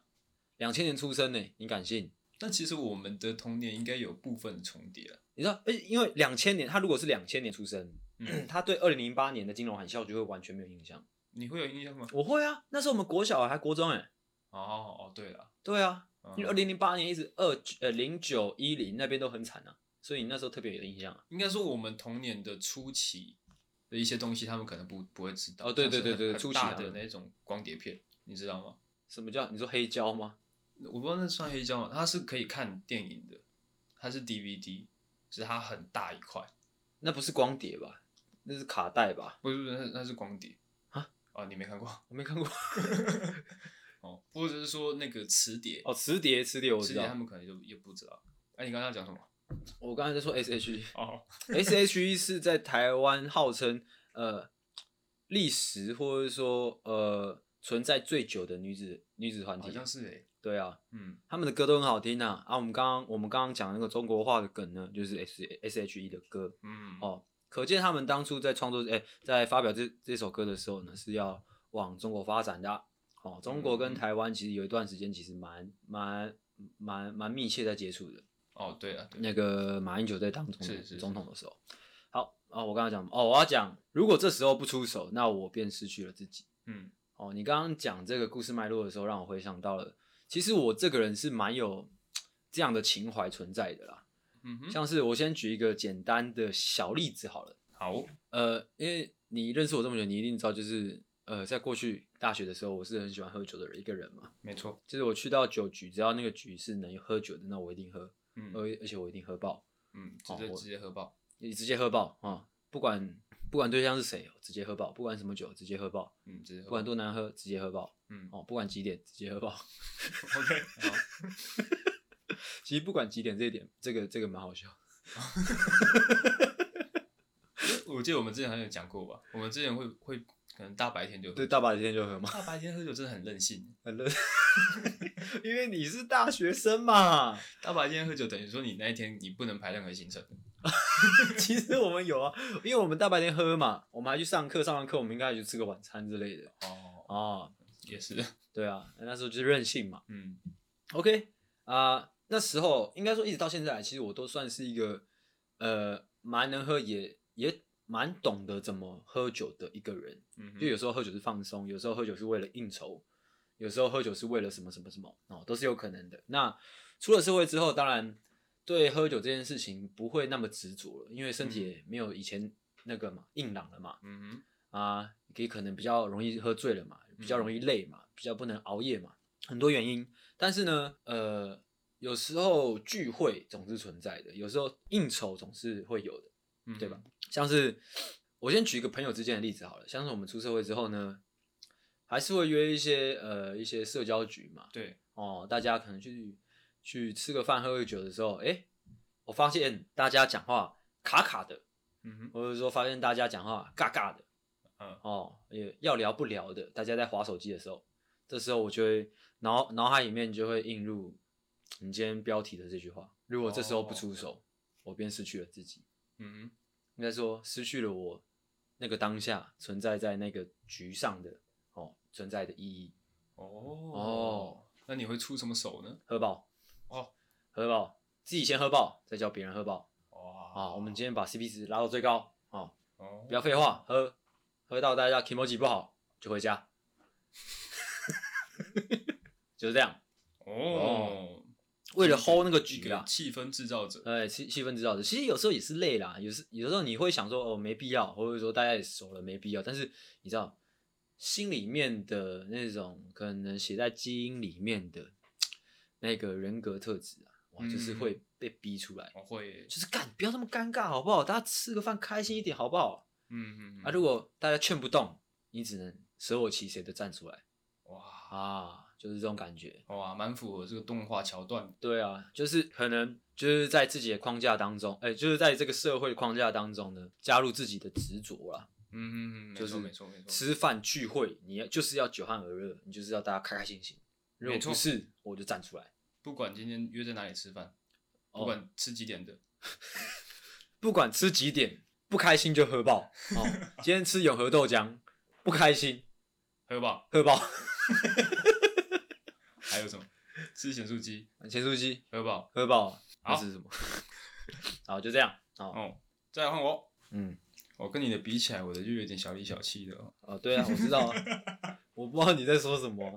两千年出生呢、你敢信？
但其实我们的童年应该有部分的重叠了。
你知道，而且因为两千年，他如果是两千年出生，
嗯
他对二零零八年的金融海啸就会完全没有印象。
你会有印象吗？
我会啊，那时候我们国小还国中哎、
哦哦，对了，
对啊，
嗯
因为二零零八年一直二呃零九一零那边都很惨啊，所以你那时候特别有印象啊。
应该说我们童年的初期的一些东西，他们可能不不会知道。
哦对
像是
对对对
很
初期
大
他
的
们
那种光碟片，你知道吗？
什么叫你说黑胶吗？
我不知道那算黑胶吗？它是可以看电影的，它是 DVD，只是它很大一块，
那不是光碟吧？那是卡带吧？
不是不是，那那是光碟
啊
啊，你没看过
我没看过
[LAUGHS] 哦，或者是说那个磁碟，
哦，磁碟磁碟我
磁
知
碟他
道。
们可能就也不知道。哎、你刚刚要讲什么？
我刚才在说 S H E
哦
[LAUGHS] S H E 是在台湾号称呃历史或者说呃存在最久的女子女子团
好
体。
像是哎、
对啊，
嗯，
他们的歌都很好听啊。啊，我们刚刚我们刚刚讲那个中国话的梗呢，就是 S S H E 的歌
嗯，
哦。可见他们当初在创作，哎、在发表这这首歌的时候呢，是要往中国发展的啊。哦，中国跟
嗯
台湾其实有一段时间其实蛮蛮蛮蛮密切在接触的。
哦，对了，对，
那个马英九在当总统
是是是
总统的时候，好啊，我刚刚讲哦，我要讲，如果这时候不出手，那我便失去了自己。
嗯
哦，你刚刚讲这个故事脉络的时候，让我回想到了，其实我这个人是蛮有这样的情怀存在的啦。
嗯哼，
像是我先举一个简单的小例子好了，
好，哦
呃，因为你认识我这么久，你一定知道，就是呃，在过去大学的时候，我是很喜欢喝酒的一个人嘛。
没错，
就是我去到酒局，只要那个局是能喝酒的，那我一定喝，
嗯
而而且我一定喝爆，
嗯，直
好
接
呃哦我
直接核爆，
你直接喝爆啊、不管不管对象是谁，哦直接喝爆，不管什么酒，直接喝爆，
嗯，直接
不
核
管
爆，
多难喝，直接喝爆。
嗯
哦，不管几点直接喝爆。
，OK，好，
[LAUGHS] 其实不管几点这一点，这个这个蛮好笑。
我记得我们之前好像有讲过吧，我们之前会会可能大白天就喝
对，大白天就喝嘛，
大白天喝酒真的很任性。
很热， [LAUGHS] 因为你是大学生嘛。
大白天喝酒等于说你那一天你不能排任何行程，
其实我们有啊，因为我们大白天喝嘛，我们还去上课，上完课我们应该还去吃个晚餐之类的
哦，
啊。
也是，
对啊，那时候就是任性嘛。
嗯
OK 啊、那时候应该说一直到现在，其实我都算是一个呃蛮能喝也也蛮懂得怎么喝酒的一个人。
嗯哼，
就有时候喝酒是放松，有时候喝酒是为了应酬，有时候喝酒是为了什么什么什么哦，都是有可能的。那出了社会之后，当然对喝酒这件事情不会那么执着了，因为身体也没有以前那个嘛硬朗了嘛，
嗯
啊，也可能比较容易喝醉了嘛，比较
嗯
容易累嘛，比较不能熬夜嘛，很多原因。但是呢，呃，有时候聚会总是存在的，有时候应酬总是会有的。
嗯哼，
对吧？像是我先举一个朋友之间的例子好了，像是我们出社会之后呢，还是会约一些呃一些社交局嘛，
对，
哦，大家可能去去吃个饭、喝个酒的时候，哎、我发现大家讲话卡卡的，
嗯哼，
或者说发现大家讲话尬尬的，
嗯
哦，也要聊不聊的，大家在划手机的时候，这时候我就会脑脑海里面就会映入你今天标题的这句话，如果这时候
哦
不出手，我便失去了自己。
嗯哼，
应该说失去了我那个当下存在在那个局上的哦存在的意义。
哦
哦，
那你会出什么手呢？
喝爆
哦，
喝爆，自己先喝爆，再叫别人喝爆
哇
啊！我们今天把 CP 值拉到最高哦，
哦
不要废话，喝喝到大家 k i m o j i 不好就回家， [LAUGHS] 就是这样。
哦，
为了 hold 那个
一
局
个
啦，
气氛制造者，
哎，气气氛制造者，其实有时候也是累啦，有时有时候你会想说哦没必要，或者说大家也熟了没必要，但是你知道心里面的那种可能写在基因里面的那个人格特质啊，哇，就是
嗯
会被逼出来，
我哦会，
就是干不要那么尴尬好不好？大家吃个饭开心一点好不好？
嗯嗯，
啊，如果大家劝不动，你只能舍我其谁的站出来
哇
啊，就是这种感觉。
哇，蛮符合这个动画桥段，
对啊，就是可能就是在自己的框架当中，哎、就是在这个社会框架当中呢，加入自己的执着啦。
嗯嗯嗯，
就是
没错没错没错，
吃饭聚会，你要就是要酒酣耳热，你就是要大家开开心心。如果
没错
不是，我就站出来。
不管今天约在哪里吃饭，
哦
不管吃几点的，
不管吃几点，不开心就喝 [LAUGHS] 爆。哦，今天吃永和豆浆，不开心
喝吧，
喝爆。 [LAUGHS]
还有什么？吃咸酥鸡，
钱书记
喝吧，
喝爆，啊
好
那是什么？ [LAUGHS] 好，就这样。哦，
哦，再来换我。
嗯，
我跟你的比起来，我的就有点小里小气的、哦。
哦，对啊，我知道啊，
[LAUGHS]
我不知道你在说什么。啊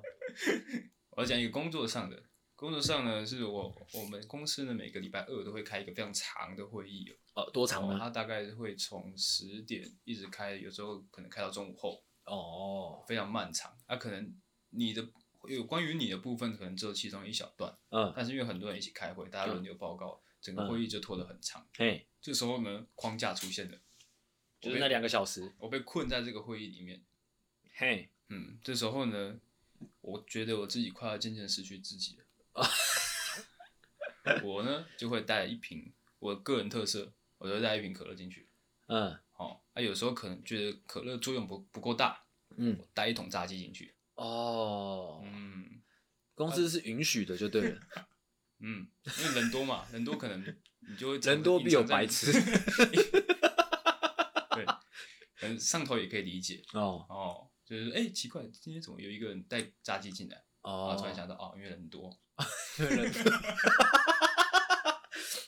我要讲一个工作上的，工作上呢是我我们公司呢每个礼拜二都会开一个非常长的会议哦，
哦，多长
哦
呢？
它大概会从十点一直开，有时候可能开到中午后，
哦，
非常漫长。那、可能你的有关于你的部分，可能只有其中一小段，
嗯，
但是因为很多人一起开会，大家轮流报告，整个会议就拖得很长。
嘿，
这时候呢，框架出现了，
就是那两个小时。
我被困在这个会议里面。
嘿，
嗯，这时候呢，我觉得我自己快要渐渐失去自己了。 [LAUGHS] 我呢就会带一瓶我个人特色，我就带一瓶可乐进去。
嗯
哦，啊，有时候可能觉得可乐作用不不够大，
嗯，
我带一桶炸鸡进去。
哦，
嗯
公司是允许的就对了。
嗯，因为人多嘛，人多可能你
[LAUGHS]
就会
人多必有白痴。 [LAUGHS]
对，可能上头也可以理解。
[LAUGHS] 哦
哦，就是哎、奇怪，今天怎么有一个人带炸鸡进来？然
哦
后突然想到，哦，因为人多。
因为人，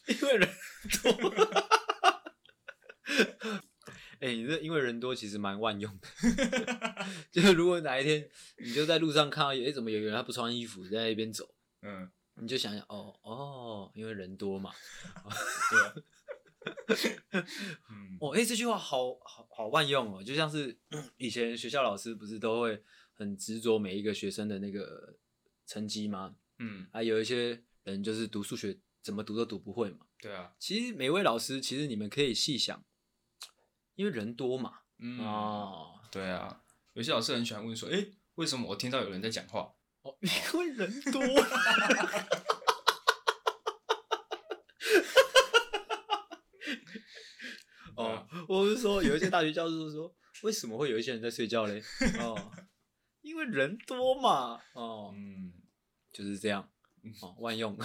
因为人多。 [LAUGHS] 哎、你这因为人多其实蛮
[LAUGHS]
万用的，就是如果哪一天你就在路上看到，哎、怎么有个人他不穿衣服在那边走，
嗯，
你就想想，哦哦，因为人多嘛，
对啊。 [LAUGHS] 嗯，
哦，哎、这句话好好好万用哦，就像是以前学校老师不是都会很执着每一个学生的那个成绩吗？
嗯，
啊，有一些人就是读数学怎么读都读不会嘛。
对啊，
其实每位老师，其实你们可以细想，因为人多嘛。
嗯，
哦，
对啊，有些老师很喜欢问说，哎、为什么我听到有人在讲话？
哦，因为人 [LAUGHS] 多。哦，我是说，有一些大学教授说，为什么会有一些人在睡觉 [LAUGHS] 嘞？哦，因为人多嘛。哦，
嗯，
就是这样。哦，万用。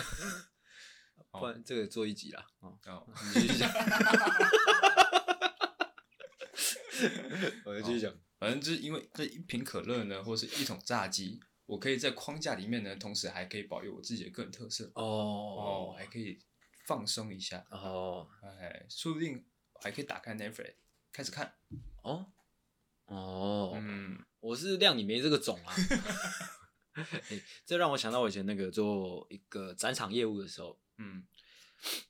好
[LAUGHS] 不然这个做一集啦。哦，
哦，
[LAUGHS] 你继续讲。 [LAUGHS] 我继续讲。
反正就是因为这一瓶可乐呢，或是一桶炸鸡，我可以在框架里面呢，同时还可以保有我自己的个人特色，哦，
哦
还可以放松一下，
哦
哎，说不定还可以打开 Netflix 开始看，
哦哦，
嗯，
我是谅你没这个种啊。 [LAUGHS] 欸这让我想到我以前那个做一个展场业务的时候，
嗯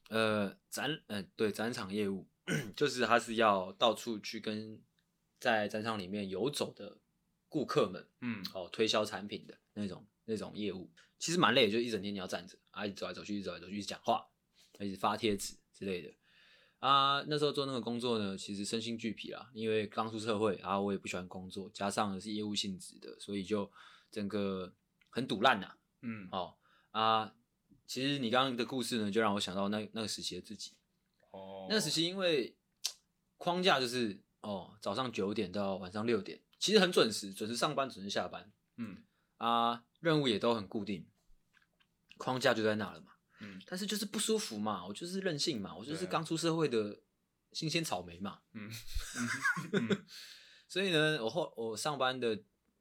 呃，展呃对展场业务， [COUGHS] 就是他是要到处去跟在展场里面游走的顾客们
嗯
哦推销产品的那种那种业务，其实蛮累的，就一整天你要站着啊，一直走来走去，一直走来走去，一直讲话，一直发贴纸之类的。啊，那时候做那个工作呢，其实身心俱疲啦，因为刚出社会啊，我也不喜欢工作，加上是业务性质的，所以就整个很堵烂呐、
嗯，
哦啊，其实你刚刚的故事呢，就让我想到那那个时期的自己。
哦
那个时期因为框架就是哦，早上九点到晚上六点，其实很准时，准时上班，准时下班
嗯
啊，任务也都很固定，框架就在那了嘛。
嗯
但是就是不舒服嘛，我就是任性嘛，我就是
对啊
刚出社会的新鲜草莓嘛。 [LAUGHS]
嗯嗯嗯
所以呢，我后我上班的，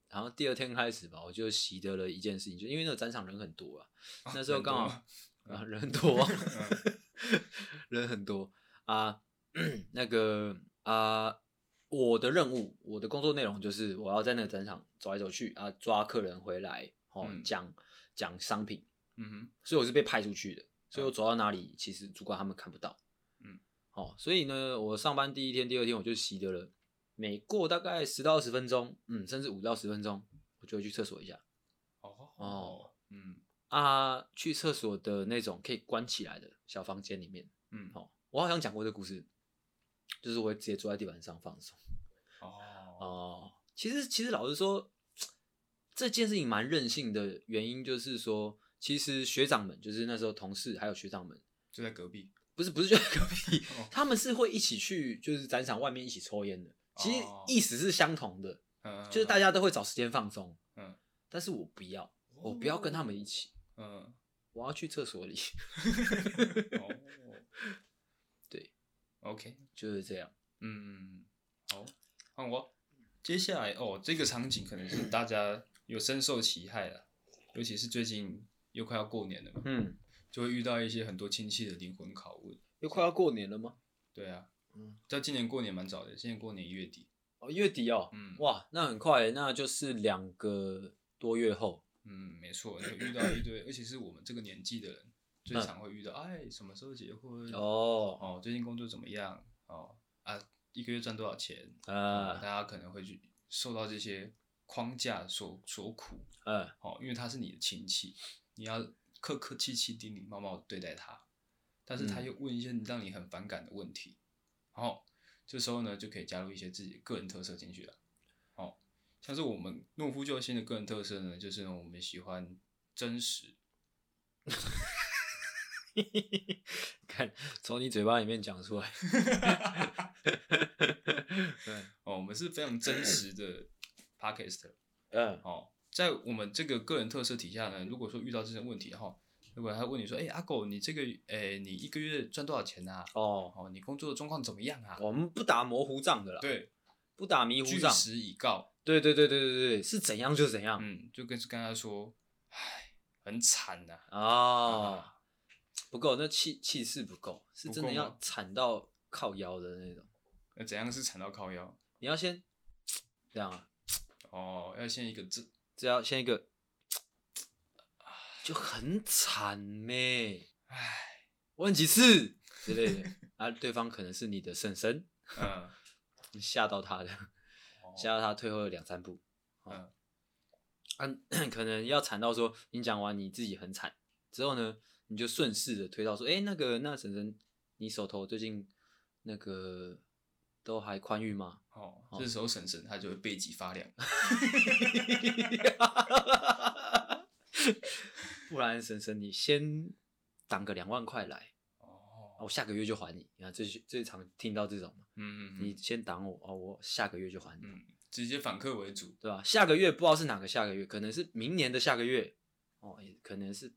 然后第二天开始吧，我就习得了一件事情，就因为那个展场人很多啊，
啊
那时候
人多
刚好
吗
啊人
[LAUGHS]
很多啊
嗯，
人很多啊， [CLEARS THROAT] 那个啊。我的任务，我的工作内容就是我要在那个展场走来走去啊，抓客人回来，哦
嗯，
讲讲商品，
嗯哼
所以我是被派出去的，所以我走到哪里，其实主管他们看不到。
嗯，
哦，所以呢，我上班第一天、第二天我就习得了，每过大概十到二十分钟，嗯，甚至五到十分钟，我就会去厕所一下
哦
哦
嗯
啊，去厕所的那种可以关起来的小房间里面。
嗯
哦，我好像讲过这故事，就是我会直接坐在地板上放松。
哦
哦，其实其实老实说，这件事情蛮任性的原因就是说，其实学长们就是那时候同事还有学长们。
就在隔壁
不是不是就在隔壁
哦，
他们是会一起去，就是展场外面一起抽烟的。其实
哦
意思是相同的，
嗯
就是大家都会找时间放松。
嗯，
但是我不要，我哦不要跟他们一起， [LAUGHS]
嗯
我要去厕所里， [LAUGHS]
哦
对
OK
就是这样。
嗯，好，换我。接下来哦，这个场景可能是大家有深受其害了，尤其是最近又快要过年了嘛，
嗯，
就会遇到一些很多亲戚的灵魂拷问。
又快要过年了吗？
对啊，
嗯，
但今年过年蛮早的，今年过年一月底。
哦，月底哦，
嗯
哇，那很快耶，欸那就是两个多月后。
嗯，没错，就遇到一堆，而且是我们这个年纪的人最常会遇到。哎，什么时候结婚？
嗯哦，
哦，最近工作怎么样？哦啊，一个月赚多少钱？啊，大
呃
家可能会去受到这些框架所所苦。
呃，
哦，因为他是你的亲戚，你要客客气气、礼礼貌貌地对待他，但是他
嗯
又问一些让你很反感的问题，然后这时候呢就可以加入一些自己的个人特色进去了。哦，像是我们懦夫救星的个人特色呢，就是呢我们喜欢真实，
看从你嘴巴里面讲出来。对，
哦，我们是非常真实的 [COUGHS] podcaster。
嗯
哦，在我们这个个人特色底下呢，如果说遇到这些问题哈、如果他问你说，哎、阿狗，你这个，哎、你一个月赚多少钱啊？
哦，
哦，你工作的状况怎么样啊？
我们不打模糊仗的啦。
对，
不打迷糊
据
仗。
实以告，
对对对对对对，是怎样就怎样。
嗯，就跟跟他说，唉，很惨呐、
哦，
啊
不够，那气气势不够，是
不
真的
够
要
吗
惨到靠腰的那种。
那怎样是惨到靠腰？
你要先这样啊，
哦，要先一个字，
只要先一个，就很惨呗。
唉，
问几次之类的啊，对方可能是你的婶婶，
嗯，
你吓到他的，
哦
吓到他退后了两三步。
嗯
嗯、 [CLEARS THROAT] 可能要惨到说你讲完你自己很惨之后呢，你就顺势的推到说，哎、那个那婶婶，你手头最近那个都还宽裕吗？ [LAUGHS]
哦，这时候婶婶她就会背脊发凉，
[LAUGHS] 不然婶婶你先挡个两万块来，啊
哦，
我下个月就还你。你看最最常听到这种嘛，
嗯，嗯
你
嗯
先挡我哦，我下个月就还你，
嗯，直接反客为主，
对吧？下个月不知道是哪个下个月，可能是明年的下个月，哦，也可能是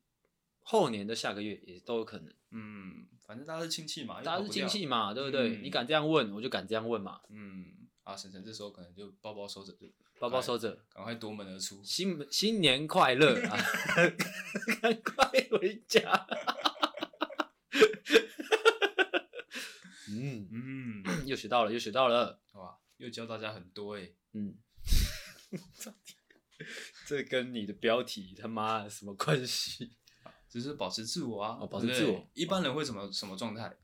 后年的下个月也都有可能。
嗯，反正大家是亲戚嘛，又
大家是
跑不
亲
掉
戚，嘛，对不对？
嗯
你敢这样问，我就敢这样问嘛。
嗯，啊，婶婶这时候可能就包包收着，就
包包收着，
赶快夺门而出。
新 [LAUGHS] 新年
[LAUGHS]
快乐啊！赶快回家。 [LAUGHS] 嗯， [COUGHS]
嗯，
又学到了，又学到了。
哇，又教大家很多哎、
嗯， [LAUGHS] 这跟你的标题他妈的什么关系？
只是保持自我啊，
哦保持
对不对
自我
一般人会什么什么状态？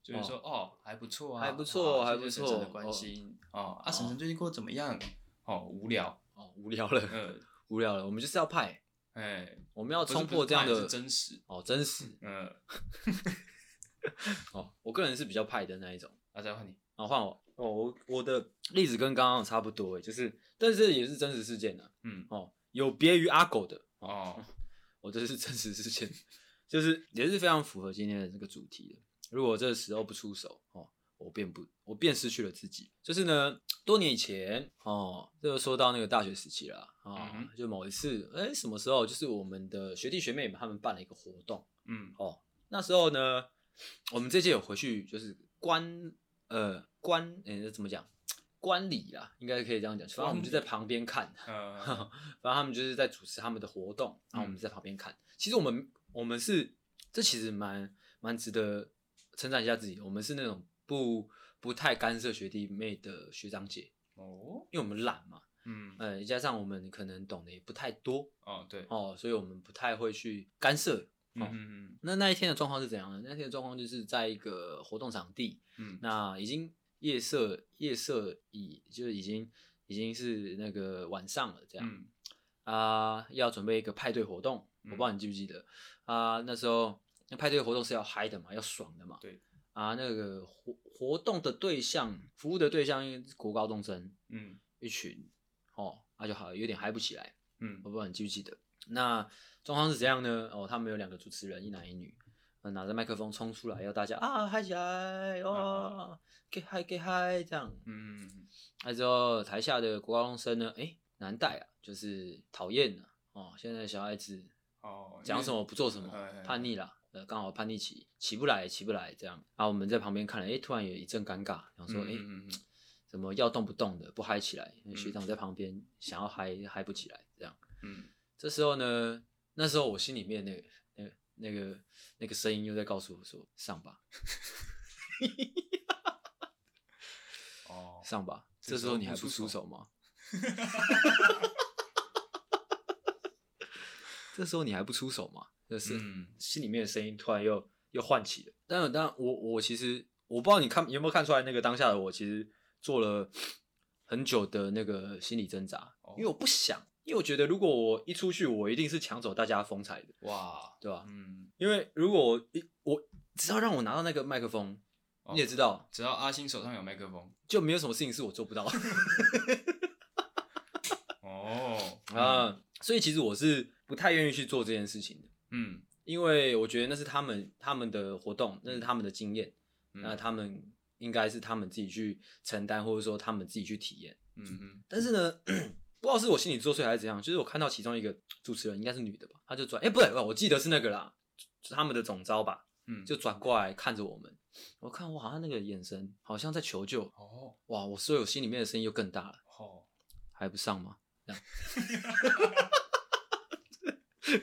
就是说哦，还不错啊，
还不错
哇
还
谢谢
不
婶婶
错
的
哦
关心哦，啊，
哦
婶婶最近过得怎么样？哦，无聊，
哦，无聊了，
呃，
无聊了，我们就是要派，
哎，
我们要
不是
冲
不是
破这样
派
的
是真实，
哦，真实
嗯，
哦，我个人是比较派的那一种。
啊，再换你，
然后换我，哦，我我的例子跟刚刚的差不多诶，欸就是，但是也是真实事件的、
嗯，
哦，有别于阿狗的， [LAUGHS]
哦，
我这是真实事件，就是也是非常符合今天的这个主题的。如果这时候不出手哦，我便不，我便失去了自己。就是呢，多年以前哦，这个说到那个大学时期啦啊、哦
嗯
就某一次，哎，什么时候？就是我们的学弟学妹们他们办了一个活动，
嗯，
哦，那时候呢，我们这届有回去就是观呃观诶、怎么讲观礼啦，应该可以这样讲。反正我们就在旁边看，
呃，
[LAUGHS] 反正他们就是在主持他们的活动，然后我们在旁边看。其实我们我们是这其实蛮蛮值得称赞一下自己的，我们是那种不不太干涉学弟妹的学长姐，
哦，
因为我们懒嘛，
嗯，
呃，加上我们可能懂得也不太多
哦，对，
哦，所以我们不太会去干涉
嗯嗯
那那一天的状况是怎样呢？那天的状况就是在一个活动场地，
嗯嗯，
那已经夜色夜色已就是已经已经是那个晚上了，这样
嗯
啊、要准备一个派对活动，我不知道
嗯
你记不记得啊、那时候那派对活动是要嗨的嘛，要爽的嘛，
对
啊，那个活活动的对象服务的对象因为是国高中生
嗯
一群哦，那、就好有点嗨不起来，
嗯
我不知道你记不记得。那状况是怎样呢？哦，他们有两个主持人，一男一女，呃拿着麦克风冲出来，要大家啊嗨起来，哦，get 嗨 get 嗨这样。
嗯
那之后台下的国高中生呢，哎，难带啊，就是讨厌啊，哦，现在小孩子
哦，
讲什么不做什么
哎哎哎，
叛逆啦。呃，刚好叛逆期起不来，起不来这样。然后我们在旁边看了，哎，突然有一阵尴尬，
因
想
为？
说，哎、
嗯嗯嗯
怎么要动不动的不嗨起来？
嗯
学长在旁边想要嗨，嗨不起来这样。
嗯
这时候呢，那时候我心里面那个、那个、那个、那个声音又在告诉我说：“上吧，
嗯，
[LAUGHS]
哦，
上吧。”
这
这
时
时
候
候你还
不
不
出
出
手
手吗？ [LAUGHS] 这时候你还不出手吗？就是、
嗯
心里面的声音突然又又唤起了。但然，当然我我其实我不知道你看有没有看出来，那个当下的我其实做了很久的那个心理挣扎
哦，
因为我不想，因为我觉得如果我一出去，我一定是抢走大家风采的，
哇，
对吧？
嗯，
因为如果我一我只要让我拿到那个麦克风，
哦
你也知道，
只要阿星手上有麦克
[LAUGHS]
风，
就没有什么事情是我做不到
[LAUGHS]
的
哦，
啊、所以其实我是不太愿意去做这件事情的，
嗯，
因为我觉得那是他们他们的活动，那是他们的经验，
嗯，
那啊他们应该是他们自己去承担，或者说他们自己去体验。
嗯嗯
但是呢， [CLEARS THROAT] 不知道是我心理作祟还是怎样，就是我看到其中一个主持人应该是女的吧，她就转，哎、不对，我记得是那个啦，是他们的总招吧，
嗯，
就转过来看着我们。我看我好像那个眼神好像在求救，
哦
哇！我所以我心里面的声音又更大了，
哦，
还不上吗？
嗯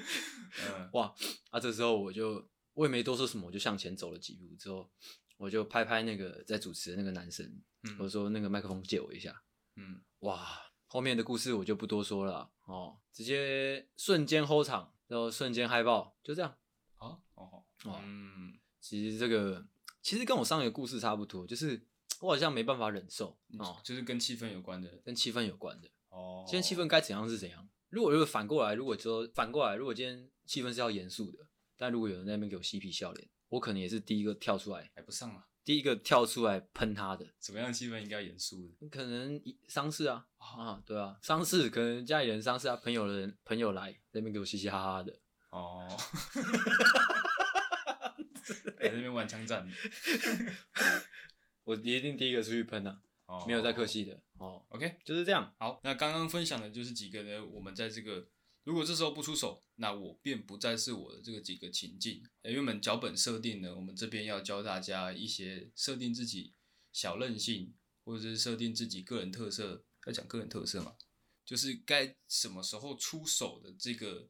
啊，这时候我就我也没多说什么，我就向前走了几步之后，我就拍拍那个在主持的那个男生，
嗯，
我说那个麦克风借我一下。
嗯
哇，后面的故事我就不多说了啊哦，直接瞬间 hold 场，然后瞬间嗨爆，就这样。
啊哦
哦
嗯，
其实这个其实跟我上一个故事差不多，就是我好像没办法忍受哦，
就是跟气氛有关的
跟气氛有关的。
哦，
今天气氛该怎样是怎样。如果如果反过来，如果说反过来，如果今天气氛是要严肃的，但如果有人在那边给我嬉皮笑脸，我可能也是第一个跳出来，
还哎不上嘛？
第一个跳出来喷他的。
什么样的气氛应该严肃的？
可能一丧事啊啊，对啊，丧事可能家里人丧事啊，朋友人朋友来在那边给我嘻嘻哈哈的， [LAUGHS]
哦，在那边玩枪战，
我一定第一个出去喷啊，
哦
没有在客。气的哦，
OK，
就是这样。
好，那刚刚分享的就是几个呢，我们在这个如果这时候不出手，那我便不再是我的这个几个情境。呃原本脚本设定呢，我们这边要教大家一些设定自己小任性，或者是设定自己个人特色。要讲个人特色嘛，就是该什么时候出手的这个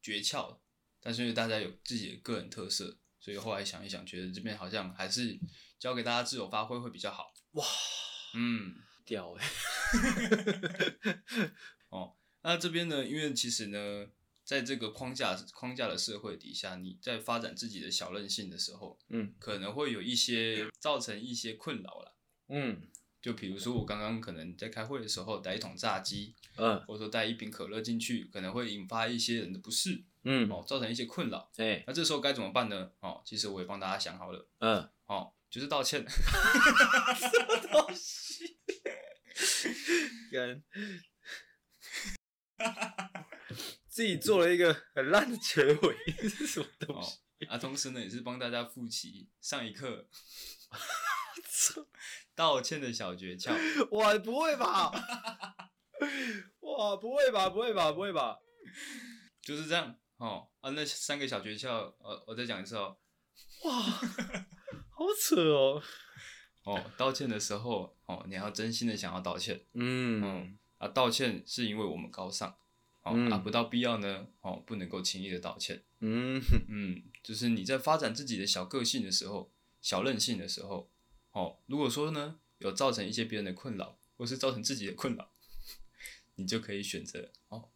诀窍。但是因为大家有自己的个人特色，所以后来想一想，觉得这边好像还是交给大家自由发挥会比较好。
哇，
嗯，
屌哎、
那这边呢，因为其实呢，在这个框架框架的社会底下，你在发展自己的小任性的时候，
嗯
可能会有一些造成一些困扰啦。
[LAUGHS] 嗯
就比如说我刚刚可能在开会的时候带一桶炸鸡，
嗯
或者说带一瓶可乐进去，可能会引发一些人的不适
嗯，
哦，造成一些困扰。
哎
那这时候该怎么办呢？哦，其实我也帮大家想好了
嗯，
哦，就是道歉。
[LAUGHS]
[LAUGHS]
干，自己做了一个很烂的结尾， [LAUGHS] 这是什么东
哦
西？，
啊，同时呢，也是帮大家复习上一
[LAUGHS]
课 [LAUGHS] 道歉的小诀窍。
哇，不会吧？ [LAUGHS] 哇，不会吧？不会吧？不会吧？
就是这样哦啊，那三个小诀窍，呃，我再讲一次哦
哇，好扯哦。
哦，道歉的时候哦，你要真心的想要道歉，
嗯
啊，道歉是因为我们高尚，哦、
嗯
啊，不到必要呢，哦，不能够轻易的道歉，
嗯
嗯，就是你在发展自己的小个性的时候，小任性的时候，哦，如果说呢有造成一些别人的困扰，或是造成自己的困扰， [LAUGHS] 你就可以选择哦，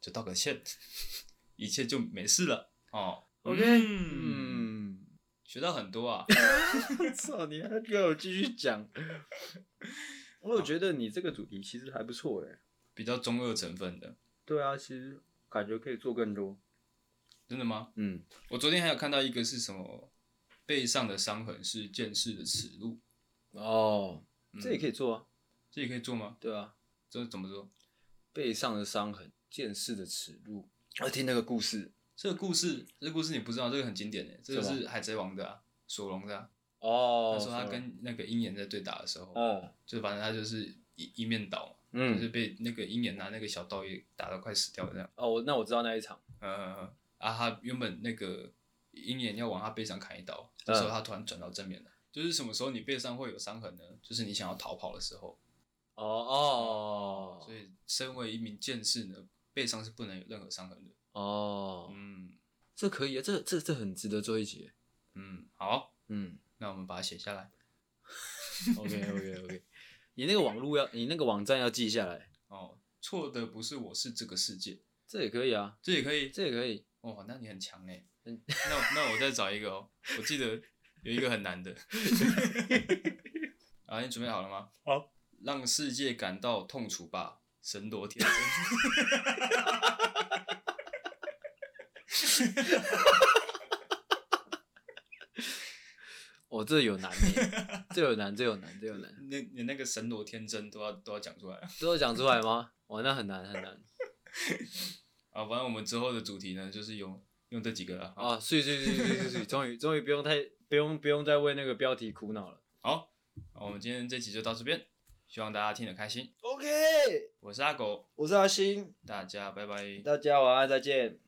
就道个歉， [LAUGHS] 一切就没事了哦。
，OK，
嗯
[LAUGHS] 嗯，
学到很多啊。
操，你还给我继续讲？ [LAUGHS] 我有觉得你这个主题其实还不错哎。
比较中二成分的。
对啊，其实感觉可以做更多。
真的吗？
嗯，
我昨天还有看到一个是什么，背上的伤痕是剑士的耻辱，
哦，这也可
以，
以做啊。
这也可以做吗？
对啊，
这怎么说？
背上的伤痕，见识的耻辱。我听那个故事
这个故事，这个故事你不知道，这个很经典的，这个
什么
是海贼王的啊，索隆的啊。
哦
他说他跟那个鹰眼在对打的时候，
哦，
就反正他就是一一面倒嘛，就是
嗯，
被那个鹰眼拿那个小刀也打到快死掉了这样。
哦，那我知道那一场。
呃，啊，他原本那个鹰眼要往他背上砍一刀，这时候他突然转到正面了。就是什么时候你背上会有伤痕呢？就是你想要逃跑的时候。
哦哦，
所以，身为一名剑士呢，背上是不能有任何伤痕的。
哦，
嗯
这可以啊，这这这很值得做一集。
嗯，好， [LAUGHS]
嗯
那我们把它写下来。
，OK OK OK，你那个网路要，你那个网站要记下来，
哦，错的不是我，是这个世界，
这也可以啊，
这也可以。
这也可以。
哇，那你很强哎。那
嗯
那我再找一个哦，我记得有一个很难的。 [LAUGHS] 啊，你准备好了吗？
好。
让世界感到痛楚吧，神罗天尊。
哦，这有
[LAUGHS]
难呢，这有难，这有难，这有难，
[LAUGHS] 那你那个神罗天真都要都要讲出来啊！
都要讲出来吗？哇，那很难很难
反正我们之后的主题呢，就是用用这几个了。好
啊！所以所以所以所以所以，终于终于不用太不用不用再为那个标题苦恼了。
好，那我们今天这集就到这边，希望大家听得开心。
OK，
我是阿狗，
我是阿星，
大家拜拜。
大家晚安，再见。